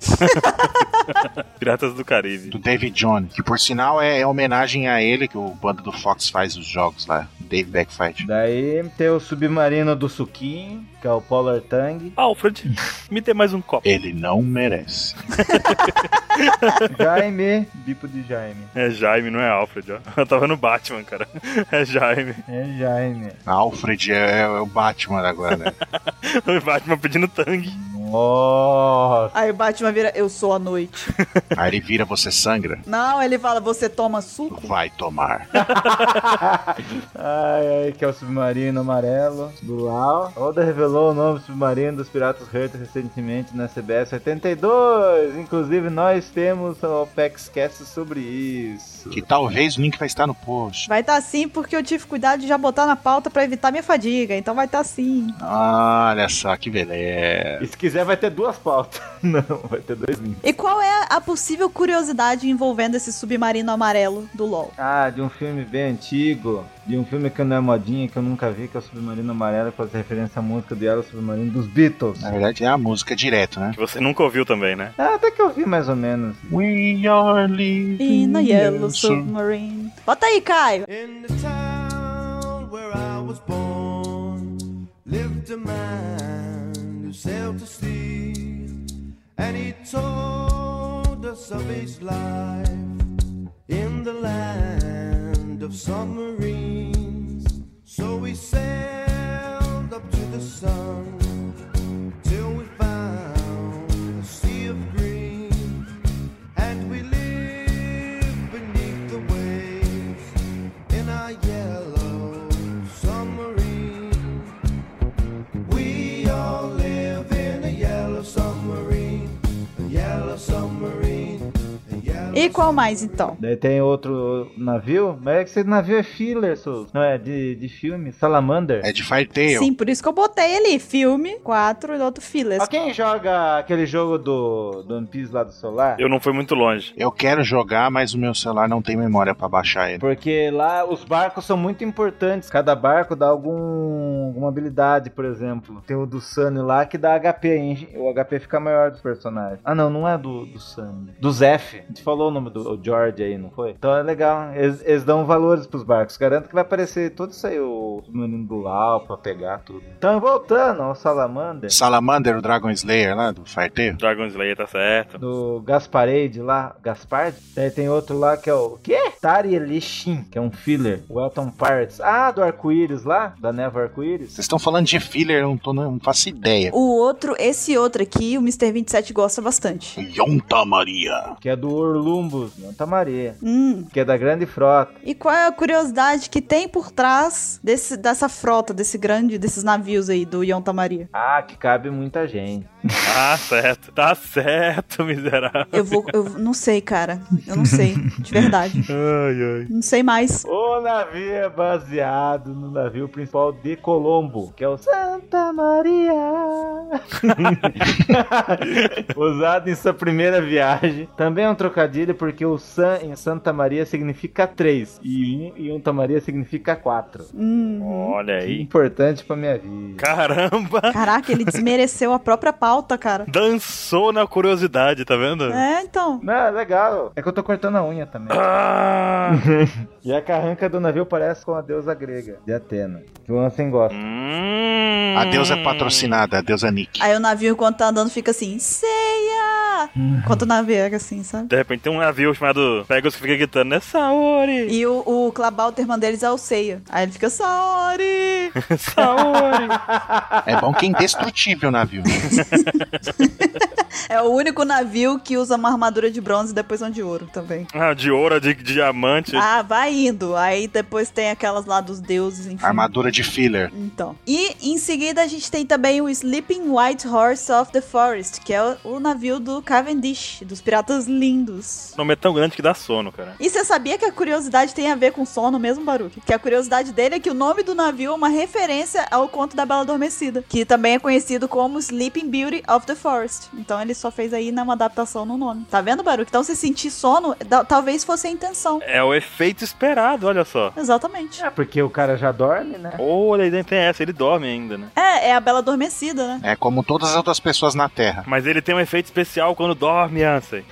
A: Piratas do Caribe.
D: Do David Jones, que por sinal é, é homenagem a ele que o bando do Fox faz os jogos lá. Dave Backfight.
C: Daí tem o submarino do Suquinho, que é o Polar Tang.
A: Alfred, me dê mais um copo.
D: Ele não merece.
C: Jaime, bipo de Jaime.
A: É Jaime, não é Alfred, ó. Eu tava no Batman, cara. É Jaime.
C: É Jaime.
D: Alfred é, é o Batman agora, né?
A: O Batman pedindo tangue.
C: Nossa.
B: Aí o Batman vira, eu sou a noite.
D: Aí ele vira, você sangra?
B: Não, ele fala, você toma suco?
D: Vai tomar.
C: Ai, ai, que é o submarino amarelo do Lau. Oda revelou o nome do submarino dos Piratas Hurt recentemente na CBS 82. Inclusive, nós temos o Opex Cast sobre isso.
D: Que talvez o link vai estar no post.
B: Vai tá sim, porque eu tive cuidado de já botar na pauta pra evitar minha fadiga. Então vai tá sim.
D: Olha só que beleza.
C: E se quiser, vai ter duas pautas. Não, vai ter dois links.
B: E qual é a possível curiosidade envolvendo esse submarino amarelo do LoL?
C: Ah, de um filme bem antigo. De um filme que não é modinha, que eu nunca vi, que é o Submarino Amarelo, que faz referência à música do Yellow Submarino dos Beatles.
D: Na verdade é a música direto, né?
A: Que você nunca ouviu também, né?
C: Ah, até que eu vi mais ou menos.
D: We are living
B: In a yellow
D: some-
B: submarine. Bota aí, Caio.
G: In the town where I was born, lived a man who sailed to sea, and he told us of his life in the land of submarines. So we sailed up to the sun till we found a sea of green, and we lived beneath the waves in our yellow submarine. We all live in a yellow submarine, a yellow submarine, a yellow.
B: E qual mais, então?
C: Daí tem outro navio, mas é que esse navio é filler, Souza. Não, é de, de filme, Salamander.
D: É de Firetail.
B: Sim, por isso que eu botei ali. Filme, quatro e outro filler.
C: Pra quem joga aquele jogo do, do One Piece lá do celular,
A: Eu não fui muito longe.
D: Eu quero jogar, mas o meu celular não tem memória pra baixar ele.
C: porque lá os barcos são muito importantes. Cada barco dá algum, alguma habilidade, por exemplo. Tem o do Sunny lá que dá HP, hein? o HP fica maior dos personagens. Ah não, não é do, do Sunny. Do Zef. A gente falou o nome do o George aí, não foi? Então é legal, eles, eles dão valores pros barcos. Garanto que vai aparecer tudo isso aí, o menino do Lau pra pegar tudo. Então voltando ao Salamander.
D: Salamander, o Dragon Slayer lá do Firetail.
A: Dragon Slayer tá certo.
C: do Gasparade lá, Gaspard. Daí tem outro lá que é o quê? Tari Elishin, que é um filler. O Elton Pirates. Ah, do arco-íris lá, da neva arco-íris.
D: Vocês estão falando de filler, eu não, tô, não faço ideia.
B: O outro, esse outro aqui, o Mr. 27 gosta bastante.
D: Yonta Maria.
C: Que é do Orlumbus, Santa Maria.
B: Hum.
C: Que é da Grande Frota.
B: E qual é a curiosidade que tem por trás desse, dessa frota, desse grande, desses navios aí do Yonta Maria?
C: Ah, que cabe muita gente.
A: Tá certo. Tá certo, miserável.
B: Eu vou. Eu não sei, cara. Eu não sei. De verdade.
A: Ai, ai.
B: Não sei mais.
C: O navio é baseado no navio principal de Colombo, que é o Santa Maria. Usado em sua primeira viagem. Também é um trocadilho porque o San em Santa Maria significa 3 e um em Santa Maria significa 4.
B: Hum.
A: Olha
C: Que
A: aí.
C: importante pra minha vida.
A: Caramba!
B: Caraca, ele desmereceu a própria pauta, cara.
A: Dançou na curiosidade, tá vendo?
B: É, então.
C: Não, legal. É que eu tô cortando a unha também.
A: Ah!
C: E a carranca do navio parece com a deusa grega de Atena, que o Ansem gosta.
A: Hum. é
D: A deusa é patrocinada, a deusa Nick.
B: Aí o navio, enquanto tá andando, fica assim: ceia! Enquanto navega, assim, sabe?
A: De repente tem um navio chamado Pegasus que fica gritando, né? Saori!
B: E o, o Clabalter manda eles ao Seiya. Aí ele fica, Saori!
A: Saori!
D: É bom que é indestrutível o navio.
B: É o único navio que usa uma armadura de bronze e depois uma de ouro também.
A: ah, de ouro, de, de diamante.
B: Ah, vai indo. Aí depois tem aquelas lá dos deuses, enfim.
D: Armadura de filler.
B: Então. E em seguida a gente tem também o Sleeping White Horse of the Forest, que é o, o navio do Cavendish, dos piratas lindos.
A: O nome é tão grande que dá sono, cara.
B: E você sabia que a curiosidade tem a ver com sono mesmo, Baruque? Que a curiosidade dele é que o nome do navio é uma referência ao conto da Bela Adormecida, que também é conhecido como Sleeping Beauty of the Forest. Então ele só fez aí né, uma adaptação no nome. Tá vendo, Baruque? Então se sentir sono, da- talvez fosse a intenção.
A: É o efeito esperado, olha só.
B: Exatamente.
C: É, porque o cara já dorme, né?
A: Olha, ele tem essa, ele dorme ainda, né?
B: É, é a Bela Adormecida, né?
D: É como todas as outras pessoas na Terra.
A: Mas ele tem um efeito especial quando dorme, Ansem.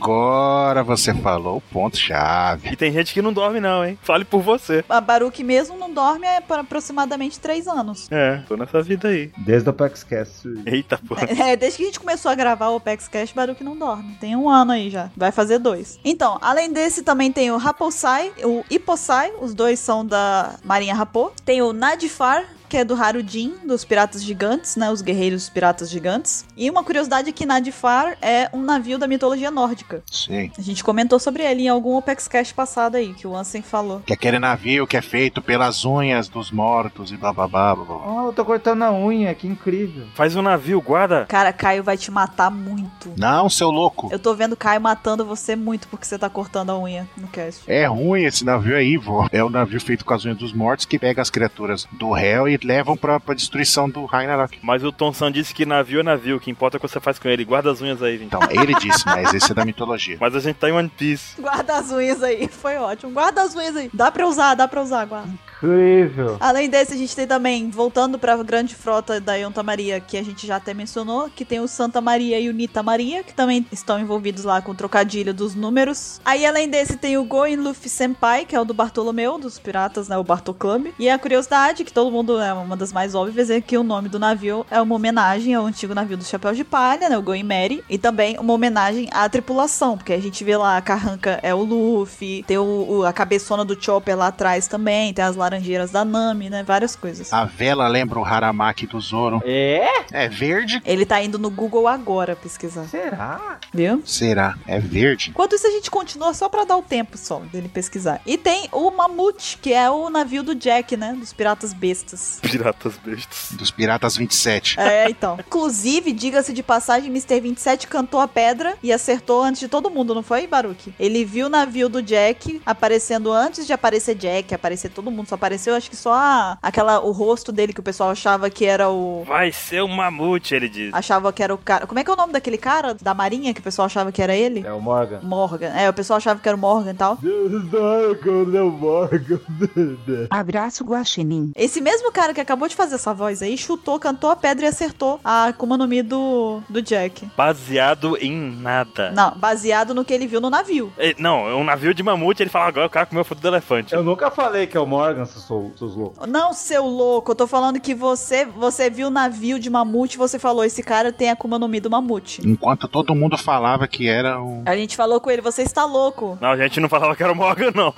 D: Agora você falou o ponto-chave.
A: E tem gente que não dorme, não, hein? Fale por você.
B: A Baruque mesmo não dorme há por aproximadamente três anos.
A: É, tô nessa vida aí.
C: Desde o PaxCast.
A: Eita, porra.
B: É, desde que a gente começou a gravar o Opex Cash, Baruque não dorme. Tem um ano aí já. Vai fazer dois. Então, além desse, também tem o Raposai, o Iposai, os dois são da Marinha Rapô. Tem o Nadifar, que é do Harudin, dos piratas gigantes, né? Os guerreiros piratas gigantes. E uma curiosidade é que Nadifar é um navio da mitologia nórdica.
D: Sim.
B: A gente comentou sobre ele em algum Opex Cash passado aí, que o Ansem falou.
D: Que é aquele navio que é feito pelas unhas dos mortos e blá blá blá blá blá.
C: Oh, eu tô cortando a unha, que incrível.
A: Faz um navio, guarda.
B: Cara, Caio vai te matar muito.
D: Não, seu louco.
B: Eu tô vendo o Caio matando você muito porque você tá cortando a unha no cast.
D: É ruim esse navio aí, vô. É o navio feito com as unhas dos mortos que pega as criaturas do réu e levam pra, pra destruição do Ragnarok.
A: Mas o Tom San disse que navio é navio, o que importa é o que você faz com ele. Guarda as unhas aí, gente.
D: Então, ele disse, mas esse é da mitologia.
A: Mas a gente tá em One Piece.
B: Guarda as unhas aí, foi ótimo. Guarda as unhas aí. Dá pra usar, dá pra usar, guarda.
C: Incrível.
B: Além desse, a gente tem também, voltando pra grande frota da Yonta Maria, que a gente já até mencionou, que tem o Santa Maria e o Nita Maria, que também estão envolvidos lá com o trocadilho dos números. Aí, além desse, tem o Goin Luffy Senpai, que é o do Bartolomeu, dos piratas, né, o Bartol Club. E a curiosidade, que todo mundo, é uma das mais óbvias, é que o nome do navio é uma homenagem ao antigo navio do Chapéu de Palha, né, o Goin Mary, e também uma homenagem à tripulação, porque a gente vê lá a Carranca é o Luffy, tem o, o- a cabeçona do Chopper lá atrás também, tem as laranjeiras da Nami, né, várias coisas.
D: A vela lembra o Haramaki do Zoro.
C: É?
D: É verde?
B: Ele tá indo no Google agora pesquisar,
C: Será?
B: viu?
D: Será? É verde?
B: Enquanto isso, a gente continua só pra dar o tempo só dele pesquisar. E tem o Mamute, que é o navio do Jack, né? Dos piratas bestas.
A: Piratas bestas.
D: Dos Piratas 27.
B: É, então. Inclusive, diga-se de passagem, Mr. 27 cantou a pedra e acertou antes de todo mundo, não foi, Baruque? Ele viu o navio do Jack aparecendo antes de aparecer Jack, aparecer todo mundo. Só apareceu, acho que só a- aquela, o rosto dele que o pessoal achava que era o.
A: Vai ser um mamute, ele diz.
B: Achava que era o cara. Como é que é o nome daquele cara da marinha que o pessoal achava que era ele?
C: É o Morgan.
B: Morgan. É, o pessoal achava que era o Morgan e tal.
C: é o Morgan.
E: Abraço Guaxinim.
B: Esse mesmo cara que acabou de fazer essa voz aí chutou, cantou a pedra e acertou a Akuma no Mi do, do Jack.
A: Baseado em nada.
B: Não, baseado no que ele viu no navio.
A: É, Não, é um navio de mamute, ele fala agora o cara comeu a fruta do elefante.
C: Eu nunca falei que é o Morgan, seus, sou- seus loucos.
B: Não, seu louco, eu tô falando que você você viu o navio de mamute e você falou: esse cara tem a Akuma no Mi do mamute.
D: Enquanto todo mundo falava que era o.
B: A gente falou com ele: você está louco.
A: Não, a gente não falava que era o Morgan, não.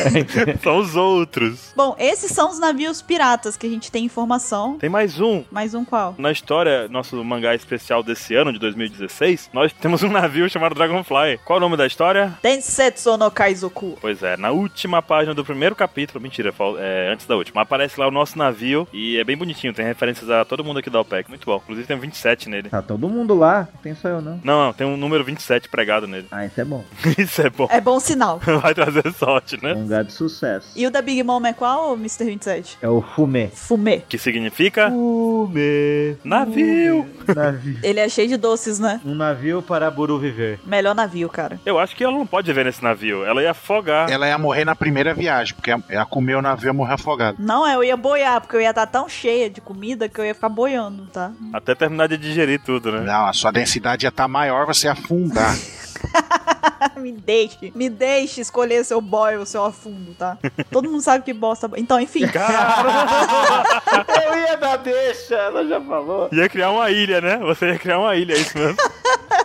A: São os outros.
B: Bom, esses são os navios piratas que a gente tem informação.
A: Tem mais um.
B: Mais um qual?
A: Na história, nosso mangá especial desse ano, de 2016, nós temos um navio chamado Dragonfly. Qual é o nome da história?
B: Densetsu no Kaizoku.
A: Pois é, na última página do primeiro capítulo, mentira, fal- é, antes da última, aparece lá o nosso navio e é bem bonitinho, tem referências a todo mundo aqui da OPEC. Muito bom. Inclusive tem um 27 nele.
C: Tá todo mundo lá, não tem só eu não.
A: Não, não, tem um número 27 pregado nele.
C: Ah, isso é bom.
A: Isso é bom.
B: É bom sinal.
A: Vai trazer sorte, né?
C: Um lugar de sucesso.
B: E o da Big Mom é qual, Mr. 27?
C: É o Fumê.
B: Fumê.
A: Que significa
C: Fumê.
A: navio.
C: Navio.
B: Ele é cheio de doces, né?
C: Um navio para Buru viver.
B: Melhor navio, cara.
A: Eu acho que ela não pode ver nesse navio. Ela ia afogar.
D: Ela ia morrer na primeira viagem, porque ela comeu o navio e morreu afogada.
B: Não, eu ia boiar, porque eu ia estar tão cheia de comida que eu ia ficar boiando, tá?
A: Até terminar de digerir tudo, né?
D: Não, a sua densidade ia estar maior, você ia afundar.
B: me deixe, me deixe escolher seu boy ou seu afundo, tá? Todo mundo sabe que bosta. Então, enfim.
C: eu ia dar deixa, ela já falou.
A: Ia criar uma ilha, né? Você ia criar uma ilha, é isso mesmo.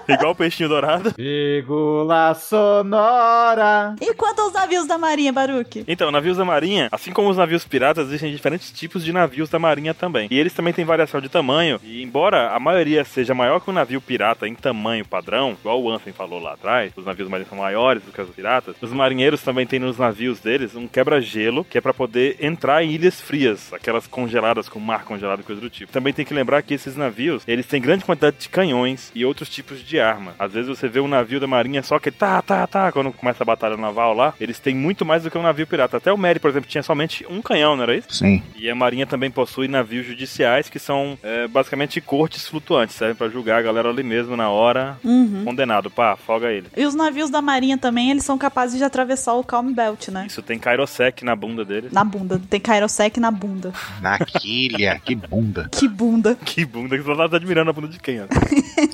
A: Igual o peixinho dourado.
C: Vírgula sonora.
B: E quanto aos navios da marinha, Baruque?
A: Então, navios da marinha, assim como os navios piratas, existem diferentes tipos de navios da marinha também. E eles também têm variação de tamanho, e embora a maioria seja maior que um navio pirata em tamanho padrão, igual o Ansem falou lá atrás, os navios marinhos são maiores do que os piratas, os marinheiros também têm nos navios deles um quebra-gelo, que é para poder entrar em ilhas frias, aquelas congeladas com mar congelado e coisa do tipo. Também tem que lembrar que esses navios, eles têm grande quantidade de canhões e outros tipos de arma. Às vezes você vê um navio da marinha só que tá, tá, tá, quando começa a batalha naval lá, eles têm muito mais do que um navio pirata. Até o Mary, por exemplo, tinha somente um canhão, não era isso?
D: Sim.
A: E a Marinha também possui navios judiciais que são é, basicamente cortes flutuantes, servem pra julgar a galera ali mesmo na hora.
B: Uhum.
A: Condenado, pá, folga ele.
B: E os navios da marinha também, eles são capazes de atravessar o Calm Belt, né?
A: Isso tem Kairosek na bunda deles.
B: Na bunda. Tem Kairosek na bunda.
D: Na quilha, que bunda.
B: Que bunda.
A: Que bunda, que você tá admirando a bunda de quem, ó.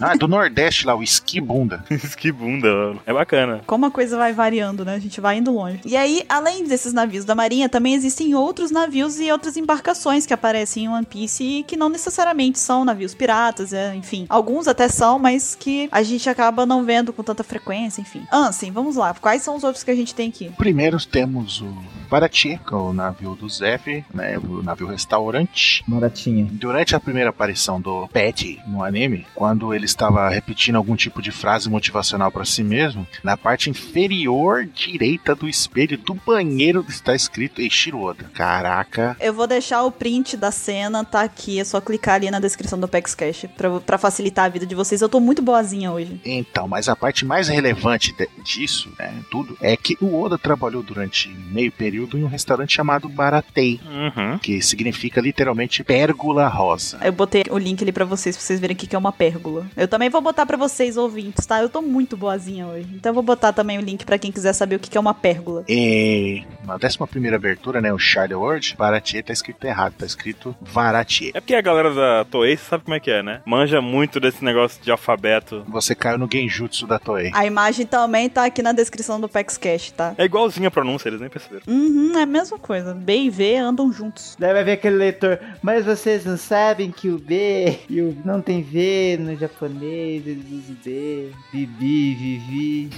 D: Ah, é do Nordeste lá, o esqui bunda.
A: Isso, que bunda, mano. É bacana.
B: Como a coisa vai variando, né? A gente vai indo longe. E aí, além desses navios da marinha, também existem outros navios e outras embarcações que aparecem em One Piece e que não necessariamente são navios piratas, é, enfim. Alguns até são, mas que a gente acaba não vendo com tanta frequência, enfim. Ansem, vamos lá. Quais são os outros que a gente tem aqui?
D: Primeiro temos o Paraty, que é o navio do Zef, né? O navio restaurante.
C: Moratinha.
D: Durante a primeira aparição do Pet no anime, quando ele estava repetindo algum tipo de frase motivacional para si mesmo, na parte inferior direita do espelho do banheiro está escrito Eiichiro Oda. Caraca.
B: Eu vou deixar o print da cena, tá aqui. É só clicar ali na descrição do Apex Cash pra, pra facilitar a vida de vocês. Eu tô muito boazinha hoje.
D: Então, mas a parte mais relevante de- disso, né, tudo, é que o Oda trabalhou durante meio período em um restaurante chamado Baratei,
A: Uhum.
D: que significa literalmente pérgola rosa.
B: Eu botei o link ali pra vocês, pra vocês verem o que que é uma pérgola. Eu também vou botar pra vocês, ouvintes, tá? Eu tô muito boazinha hoje. Então eu vou botar também o link pra quem quiser saber o que que é uma pérgola.
D: E na 11 primeira abertura, né, o Charlie Ward, Baratier tá escrito errado, tá escrito Varatier.
A: É porque a galera da Toei sabe como é que é, né? Manja muito desse negócio de alfabeto.
D: Você caiu no genjutsu da Toei.
B: A imagem também tá aqui na descrição do Apex Cash, tá?
A: É igualzinho a pronúncia, eles nem perceberam.
B: Uhum, é a mesma coisa. B e V andam juntos.
C: Daí vai ver aquele leitor, mas vocês não sabem que o B e o não tem V no japonês, eles usam B, Bibi, Vivi.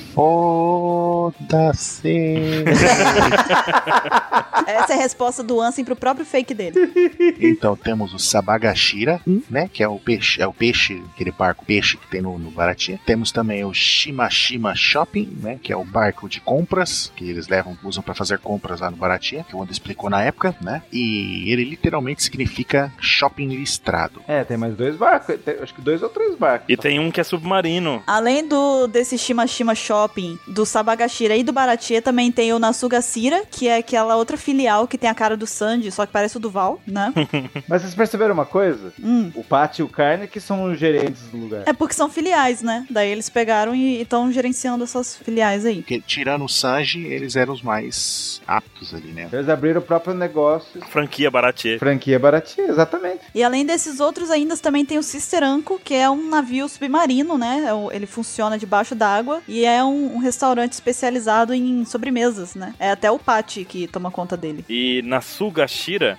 D: Foda-se.
B: Essa é a resposta do Ansem pro próprio fake dele.
D: então temos o Sabagashira, né, que é o peixe, é o peixe, aquele barco peixe que tem no, no Baratia. Temos também o Shimashima Shopping, né, que é o barco de compras que eles levam, usam para fazer compras lá no Baratia, que o Wanda explicou na época, né? E ele literalmente significa shopping listrado.
C: É, tem mais dois barcos, tem- acho que dois ou três barcos.
A: E tem um que é submarino.
B: Além do desse Shimashima Shopping, do Sabagashira e do Baratie, também tem o Nasugasira, que é aquela outra filial que tem a cara do Sandy, só que parece o Duval, né?
C: Mas vocês perceberam uma coisa?
B: Hum.
C: O Pat e o Carne que são os gerentes do lugar.
B: É porque são filiais, né? Daí eles pegaram e estão gerenciando essas filiais aí.
D: Porque tirando o Sanji, eles eram os mais aptos ali, né?
C: Eles abriram o próprio negócio.
A: Franquia Baratier.
C: Franquia baratinha, exatamente.
B: E além desses outros, ainda também tem o Ciceranco, que é um navio submarino, né? É o- Ele funciona debaixo d'água e é um, um restaurante especializado em sobremesas, né? É até o Pati que toma conta dele.
A: E Nasugashira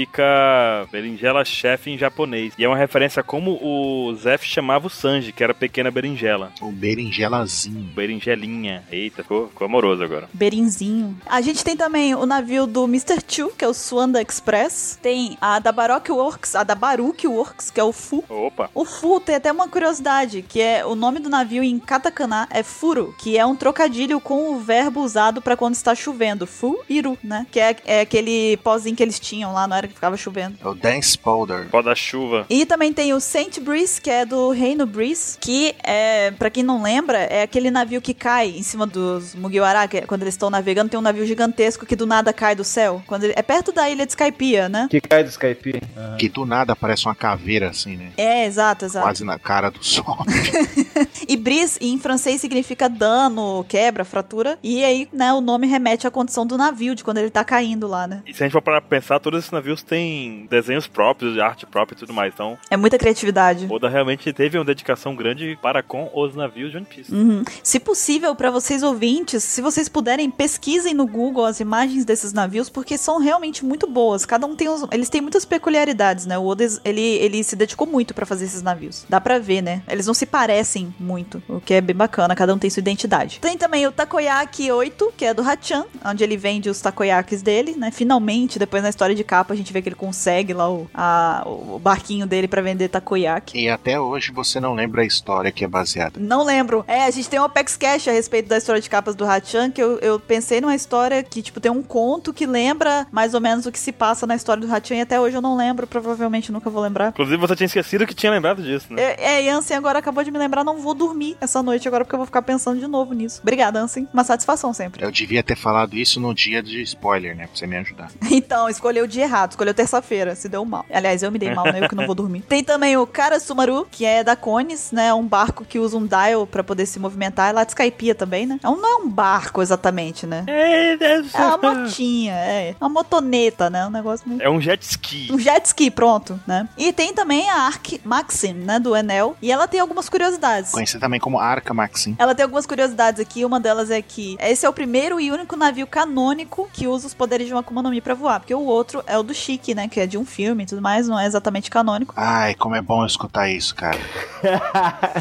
A: significa berinjela chefe em japonês. E é uma referência a como o Zef chamava o Sanji, que era pequena berinjela.
D: O berinjelazinho.
A: Berinjelinha. Eita, ficou, ficou amoroso agora.
B: Berinzinho. A gente tem também o navio do Mr. Chu, que é o Suanda Express. Tem a da Baroque Works, a da Baruque Works, que é o Fu.
A: Opa.
B: O Fu tem até uma curiosidade, que é o nome do navio em katakana é furo, que é um trocadilho com o verbo usado pra quando está chovendo, fu iru, né? Que é, é aquele pozinho que eles tinham lá na hora que ficava chovendo.
D: É o Dance Powder.
A: Pó da chuva.
B: E também tem o Saint Breeze, que é do Reino Breeze, que é, para quem não lembra, é aquele navio que cai em cima dos Mugiwara, que é quando eles estão navegando, tem um navio gigantesco que do nada cai do céu. Quando ele- é perto da ilha de Skypiea, né?
C: Que cai do Skype.
D: Que do nada aparece uma caveira assim, né?
B: É, exato, exato.
D: Quase na cara do sol.
B: E brise em francês significa dano, quebra, fratura. E aí, né, o nome remete à condição do navio, de quando ele tá caindo lá, né?
A: E se a gente for parar pra pensar, todos esses navios têm desenhos próprios, arte própria e tudo mais. Então,
B: É muita criatividade.
A: Oda realmente teve uma dedicação grande para com os navios de One Piece.
B: Uhum. Se possível, pra vocês ouvintes, se vocês puderem, pesquisem no Google as as imagens desses navios porque são realmente muito boas. Cada um tem uns, eles têm muitas peculiaridades, né? O Oda ele, ele se dedicou muito pra fazer esses navios. Dá pra ver, né? Eles não se parecem muito, o que é bem bacana, cada um tem sua identidade. Tem também o Takoyaki 8, que é do Hachan, onde ele vende os takoyakis dele, né? Finalmente, depois na história de capa, a gente vê que ele consegue lá o, a- o barquinho dele pra vender takoyaki.
D: E até hoje você não lembra a história que é baseada.
B: Não lembro. É, a gente tem um Apex Cash a respeito da história de capas do Hachan, que eu, eu pensei numa história que, tipo, tem um conto que lembra mais ou menos o que se passa na história do Hachan, e até hoje eu não lembro, provavelmente nunca vou lembrar.
A: Inclusive, você tinha esquecido que tinha lembrado disso, né?
B: É, é, e Ansem agora acabou de me lembrar, não vou dormir essa noite agora, porque eu vou ficar pensando de novo nisso. Obrigada, Ansem. Uma satisfação sempre.
D: Eu devia ter falado isso no dia de spoiler, né? Pra você me ajudar.
B: Então, escolheu o dia errado, escolheu terça-feira, se deu mal. Aliás, eu me dei mal, né? Eu que não vou dormir. Tem também o Karasumaru, que é da Cones, né? Um barco que usa um dial pra poder se movimentar. É lá de Skypiea também, né? É um- Não é um barco exatamente, né?
A: É,
B: É uma motinha, é. É uma motoneta, né? Um negócio muito.
A: É um jet ski.
B: Um jet ski, pronto, né? E tem também a Ark Maxim, né? Do Enel. E ela tem algumas curiosidades.
D: Conhecida também como Arca Maxim.
B: Ela tem algumas curiosidades aqui. Uma delas é que esse é o primeiro e único navio canônico que usa os poderes de uma Akuma no Mi pra voar. Porque o outro é o do Chique, né? Que é de um filme e tudo mais, não é exatamente canônico.
D: Ai, como é bom escutar isso, cara.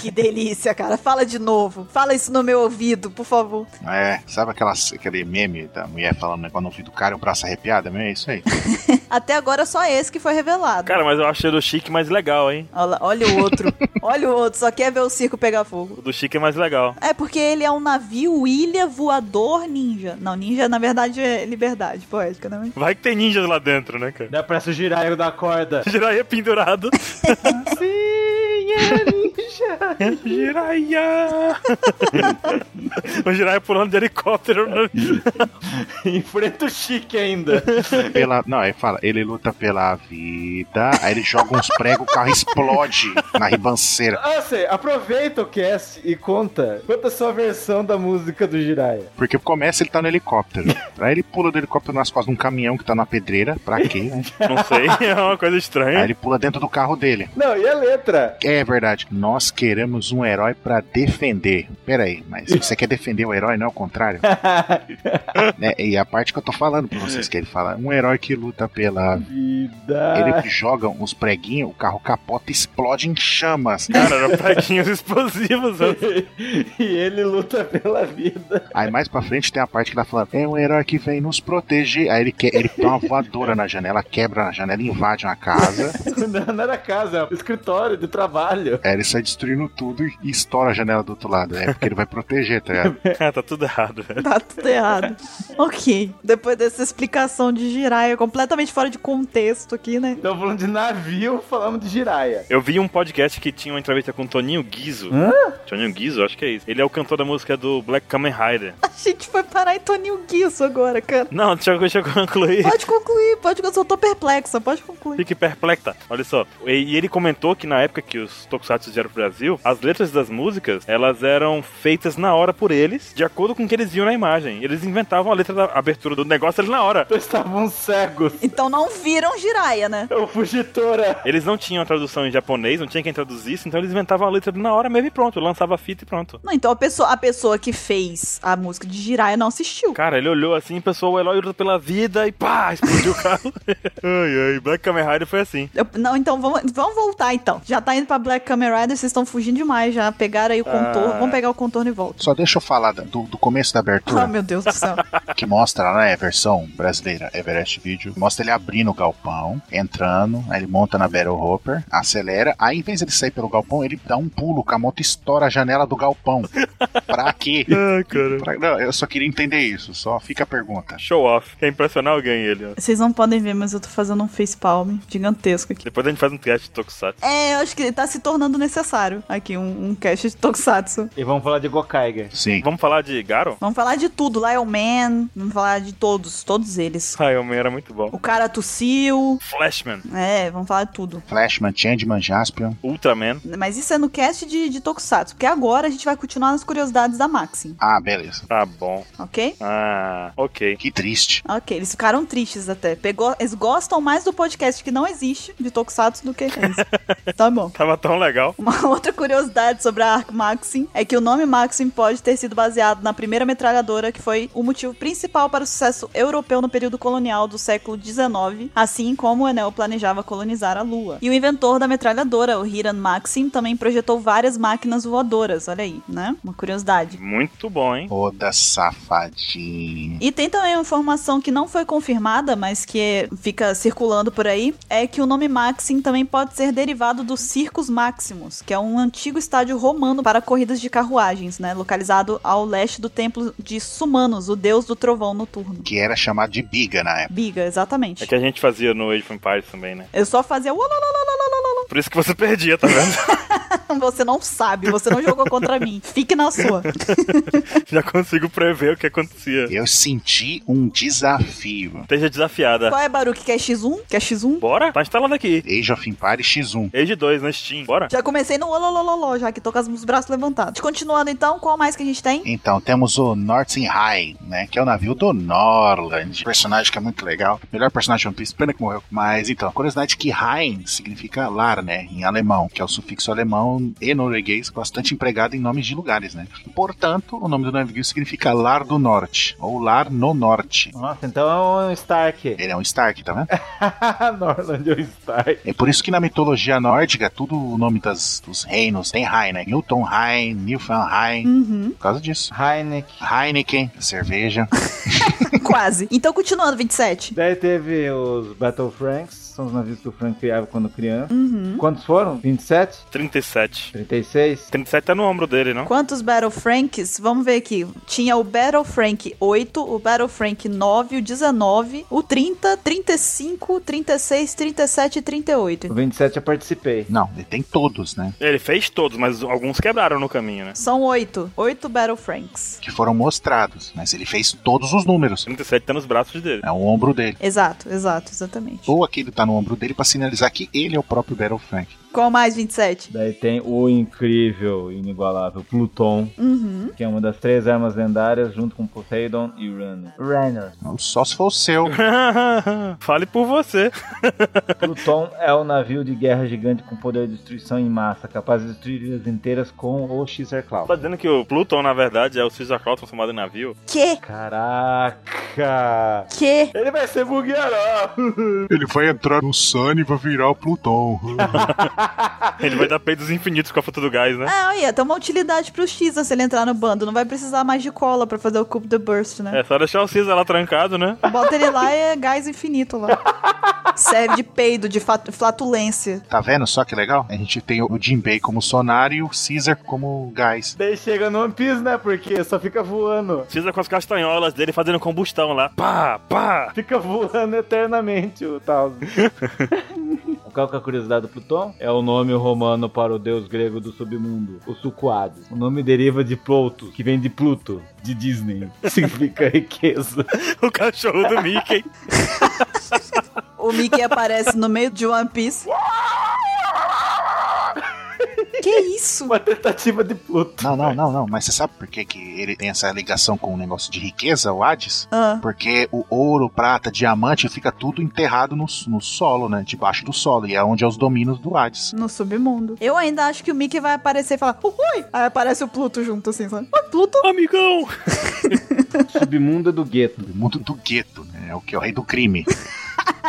B: que delícia, cara. Fala de novo. Fala isso no meu ouvido, por favor.
D: É, sabe aquelas, aquele meme da mulher falando né, negócio no ouvido do cara e o braço arrepiado? É isso aí.
B: Até agora é só esse que foi revelado.
A: Cara, mas eu achei o do chique mais legal, hein?
B: Olha, lá, olha o outro. olha o outro. Só quer ver o circo pegar fogo.
A: O do chique é mais legal.
B: É porque ele é um navio ilha voador ninja. Não, ninja na verdade é liberdade poética, né?
A: Vai que tem ninjas lá dentro, né, cara?
C: Dá pra sugirar eu da corda.
A: Jiraiya pendurado.
C: Sim, é ninja.
A: Jiraiya! o Jiraiya pulando de helicóptero. né?
C: Enfrenta o chique ainda.
D: Pela, não, ele fala, ele luta pela vida, aí ele joga uns pregos, o carro explode na ribanceira.
C: Ah, sei, aproveita o cast e conta. Conta a sua versão da música do Jiraiya.
D: Porque começa ele tá no helicóptero. Aí ele pula do helicóptero nas costas de um caminhão que tá na pedreira, pra quê? né?
A: Não sei, é uma coisa
D: Aí
A: estranha.
D: ele pula dentro do carro dele.
C: Não, e a letra?
D: É verdade, nós queremos um herói pra defender. Pera aí, mas você quer defender o herói, não é o contrário? É, e a parte que eu tô falando pra vocês, que ele fala, um herói que luta pela
C: Vida.
D: Ele joga uns preguinhos, o carro capota e explode em chamas.
A: Cara, eram preguinhos explosivos. né?
C: e ele luta pela vida.
D: Aí mais pra frente tem a parte que tá falando, é um herói que vem nos proteger. Aí ele, que, ele dá uma voadora na janela, quebra na janela, invade uma casa.
C: Não, não era casa, é um escritório de trabalho.
D: Aí ele sai destruindo tudo e estoura a janela do outro lado. É porque ele vai proteger, tá ligado?
A: Ah, tá tudo errado, velho.
B: Tá tudo errado. ok. Depois dessa explicação de Jiraiya completamente fora de contexto aqui, né?
C: Estamos falando de navio, falamos de Jiraiya.
A: Eu vi um podcast que tinha uma entrevista com o Toninho Guizo.
C: Hã?
A: Toninho Guizo, acho que é isso. Ele é o cantor da música do Black Kamen Rider.
B: A gente foi parar em Toninho Guiço agora, cara.
A: Não, deixa eu, deixa eu concluir.
B: Pode concluir, pode concluir. Eu só tô perplexa, pode concluir.
A: Fique perplexa. Olha só. E, e ele comentou que na época que os Tokusatsu vieram pro Brasil, as letras das músicas, elas eram feitas na hora por eles, de acordo com o que eles viam na imagem. Eles inventavam a letra da abertura do negócio ali na hora.
C: Eles Então estavam cegos.
B: Então não viram Jiraiya, né?
C: É o Fugitora.
A: Eles não tinham a tradução em japonês, não tinha quem traduzisse, então eles inventavam a letra na hora mesmo e pronto. Lançava a fita e pronto.
B: Não, então a pessoa, a pessoa que fez a música de Jiraiya não assistiu.
A: Cara, ele olhou assim, pensou, o Eloy luta pela vida e pá, explodiu o carro. ai, ai, Black Kamen Rider foi assim.
B: Eu- não, então vamos, vamos voltar então. Já tá indo pra Black Kamen Rider, vocês estão fugindo demais já. Pegaram aí o contorno, vamos pegar o contorno e volta.
D: Só deixa eu falar da- do, do começo da
B: Ah,
D: abertura,
B: meu Deus do céu.
D: que mostra, né, a versão brasileira, Everest Video. Mostra ele abrindo o galpão, entrando, aí ele monta na Battle Hopper, acelera. Aí, em vez de ele sair pelo galpão, ele dá um pulo, com a moto estoura a janela do galpão. Pra quê?
A: Ah, cara.
D: Pra- Não, eu só queria entender isso, só fica a pergunta.
A: Show off. Quer impressionar alguém ele, ó.
B: Vocês não podem ver, mas eu tô fazendo um facepalm gigantesco aqui.
A: Depois a gente faz um teste de Tokusatsu.
B: É, eu acho que tá se tornando necessário aqui um, um cast de Tokusatsu.
C: E vamos falar de Gokaiger.
D: Sim.
A: Vamos falar de Garo?
B: Vamos falar de tudo, Lion Man, vamos falar de todos, todos eles.
A: Ai, homem, era muito bom.
B: O cara tossiu,
A: Flashman,
B: é, vamos falar de tudo.
D: Flashman, Changeman, Jaspion.
A: Ultraman.
B: Mas isso é no cast de, de Tokusatsu, porque agora a gente vai continuar nas curiosidades da Maxim,
D: Ah, beleza.
A: Tá bom.
B: ok?
A: Ah, ok.
D: Que triste.
B: Ok, eles ficaram tristes até. Pegou, eles gostam mais do podcast que não existe de Tokusatsu do que esse. tá bom.
A: Tava tão legal.
B: Uma outra curiosidade sobre a Arc Maxim é que o nome Maxim pode ter sido baseado na primeira metralhadora, que foi o motivo principal para o sucesso europeu no período colonial do século XIX, assim como o Enel planejava colonizar a Lua. E o inventor da metralhadora, o Hiram Maxim, também projetou várias máquinas voadoras, olha aí, né? Uma curiosidade.
A: Muito bom, hein?
D: Toda safadinha.
B: E tem também uma informação que não foi confirmada, mas que fica circulando por aí, é que o nome Maxim também pode ser derivado do Circus Maximus, que é um antigo estádio romano para corridas de carruagens, né? Localizado ao leste do templo de Sumanos, o deus do trovão noturno.
D: Que era chamado de biga na época.
B: Biga, exatamente.
A: É que a gente fazia no Age of Empires também, né?
B: Eu só fazia...
A: Por isso que você perdia, tá vendo?
B: Você não sabe, você não jogou contra mim. Fique na sua.
A: Já consigo prever o que acontecia.
D: Eu senti um desafio.
A: Esteja desafiada.
B: Qual é, Baruque? Quer X1? Quer X1?
A: Bora? Tá instalado aqui.
D: Age of Empires X1.
A: Age 2 na Steam. Bora?
B: Já comecei no ololololó, já que tô com os braços levantados. Continuando então, qual mais que a gente tem?
D: Então, temos o Northenheim, né? Que é o navio do Norland. Personagem que é muito legal. Melhor personagem de One Piece. Pena que morreu. Mas, então, a curiosidade é que Heim significa lar, né? Em alemão. Que é o sufixo alemão e norueguês bastante empregado em nomes de lugares, né? Portanto, o nome do navio significa lar do norte. Ou lar no norte.
C: Nossa, então é um Stark.
D: Ele é um Stark, tá vendo?
C: Norland é um Stark.
D: É por isso que na mitologia nórdica, tudo o nome das, dos reinos tem Rhein, né? Newtonheim, Newfoundheim,
B: Uhum.
D: por causa disso.
C: Heineck.
D: Heineken, cerveja.
B: Quase. Então, continuando, 27.
C: Daí teve os Battle Franks, são os navios que o Frank criava quando criança. Quantos foram? 27?
A: 37.
C: 36?
A: 37 tá no ombro dele, não?
B: Quantos Battle Franks? Vamos ver aqui. Tinha o Battle Frank 8, o Battle Frank 9, o 19, o 30, 35, 36, 37 e 38.
C: O 27 eu participei.
D: Não, ele tem todos, né?
A: Ele fez todos, mas alguns quebraram no caminho, né?
B: São oito. Oito Battle Franks.
D: Que foram mostrados, mas ele fez todos os números.
A: 37 tá nos braços dele.
D: É o ombro dele.
B: Exato, exato, exatamente.
D: Ou aquele tá no ombro dele pra sinalizar que ele é o próprio Battle Frank.
B: Qual mais, 27?
C: Daí tem o incrível, inigualável Pluton,
B: Uhum.
C: que é uma das três armas lendárias, junto com Poseidon e Uranus. Uranus.
D: Não, Então, Só se for o seu.
A: Fale por você.
C: Pluton é um navio de guerra gigante com poder de destruição em massa, capaz de destruir ilhas inteiras com o Caesar Claw.
A: Tá dizendo que o Pluton, na verdade, é o Caesar Claw transformado em navio?
B: Que?
C: Caraca!
B: Que?
C: Ele vai ser Bugueirão!
D: Ele vai entrar no Sunny e vai virar o Pluton.
A: Ele vai dar peidos infinitos com a foto do gás, né?
B: Ah, olha, tem uma utilidade pro X se ele entrar no bando. Não vai precisar mais de cola pra fazer o cubo do burst, né?
A: É só deixar o Caesar lá trancado, né?
B: Bota ele lá e é gás infinito lá. Serve de peido, de fat- flatulência.
D: Tá vendo só que legal? A gente tem o Jinbei como sonar e o Caesar como gás.
C: Daí chega no One Piece, né? Porque só fica voando.
A: Caesar com as castanholas dele fazendo combustão lá. Pá, pá.
C: Fica voando eternamente o Taos. Qual que é a curiosidade do Plutão? É o nome romano para o deus grego do submundo, o Sucuades. O nome deriva de Plouto, que vem de Pluto, de Disney. Significa riqueza.
A: O cachorro do Mickey.
B: O Mickey aparece no meio de One Piece. Que isso?
C: Uma tentativa de Pluto.
D: Não, não, não, não. Mas você sabe por que, que ele tem essa ligação com o negócio de riqueza, o Hades?
B: Ah,
D: Porque o ouro, prata, diamante fica tudo enterrado no, no solo, né? Debaixo do solo. E é onde é os domínios do Hades.
B: no submundo. Eu ainda acho que o Mickey vai aparecer e falar, oi! Aí aparece o Pluto junto assim, sabe? Oi, Pluto!
A: Amigão.
C: Submundo é do gueto.
D: O mundo do gueto, né? É o que é o rei do crime.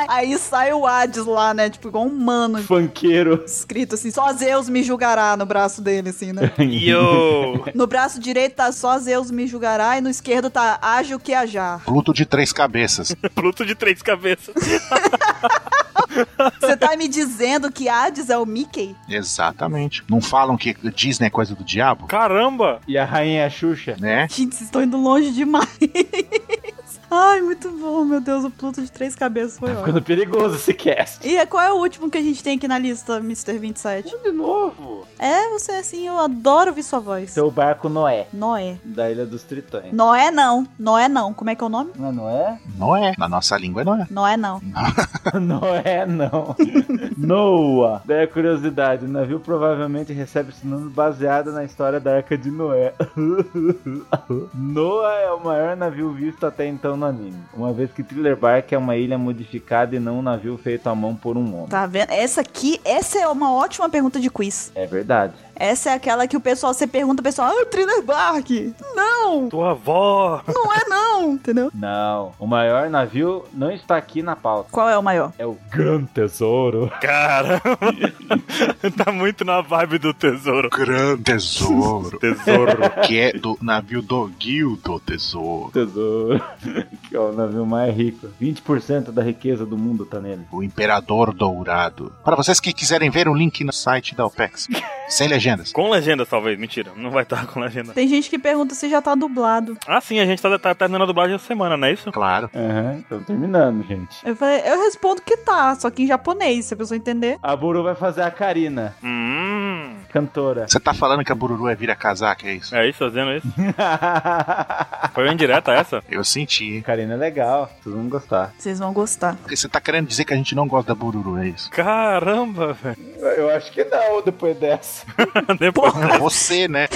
B: Aí sai o Hades lá, né? Tipo, igual um mano
C: Funkeiro.
B: escrito assim, só Zeus me julgará no braço dele, assim, né?
A: Yo.
B: No braço direito tá só Zeus me julgará e no esquerdo tá ágil que ajar.
D: Pluto de três cabeças.
A: Pluto de três cabeças.
B: Você tá me dizendo que Hades é o Mickey?
D: Exatamente. Não falam que Disney é coisa do diabo?
A: Caramba.
C: E a rainha Xuxa.
D: Né?
B: Gente, vocês estão indo longe demais. Ai, muito bom, meu Deus, o Pluto de três cabeças foi ótimo.
C: Ficando perigoso esse cast.
B: é E qual é o último que a gente tem aqui na lista, Mr. 27?
C: De novo.
B: É, você é assim, eu adoro ouvir sua voz.
C: Seu barco Noé,
B: Noé.
C: da Ilha dos Tritões.
B: Noé não. Noé não. Como é que é o nome?
C: Não é Noé?
D: Noé. Na nossa língua é Noé.
B: Noé não.
C: Noé não. Noah. Daí a curiosidade, o navio provavelmente recebe esse nome baseado na história da Arca de Noé. Noah é o maior navio visto até então no anime, uma vez que Thriller Bark é uma ilha modificada e não um navio feito à mão por um homem.
B: Tá vendo? Essa aqui, essa é uma ótima pergunta de quiz.
C: É verdade.
B: Essa é aquela que o pessoal, você pergunta, o pessoal, ah, o Thriller Bark. Não,
A: Tua avó!
B: não é não, entendeu?
C: Não, o maior navio não está aqui na pauta.
B: Qual é o maior?
C: É o Gran Tesouro.
A: Caramba! tá muito na vibe do tesouro.
D: Grande tesouro.
A: Tesouro.
D: que é do navio do Guildo Tesouro.
C: Tesouro. que é o navio mais rico. 20% da riqueza do mundo tá nele.
D: O Imperador Dourado. Para vocês que quiserem ver o link no site da OPEX. Sem legendas.
A: Com legendas, talvez. Mentira, não vai estar com legenda.
B: Tem gente que pergunta se já tá dublado.
A: Ah, sim, a gente tá, tá terminando a dublagem essa semana, não é isso?
D: Claro.
C: Aham, estão terminando, gente.
B: Eu falei, eu respondo que tá, só que em japonês, se a pessoa entender.
C: A Buru vai fazer a Karina,
A: Hum.
C: cantora.
D: Você tá falando que a Bururu é vira-casaca, é isso?
A: É isso, fazendo isso? Foi uma indireta essa?
D: Eu senti.
C: Karina é legal, vocês vão gostar.
B: Vocês vão gostar.
D: Você tá querendo dizer que a gente não gosta da Bururu, é isso?
A: Caramba, velho.
C: Eu acho que não, depois dessa.
A: Depois.
D: Você, né?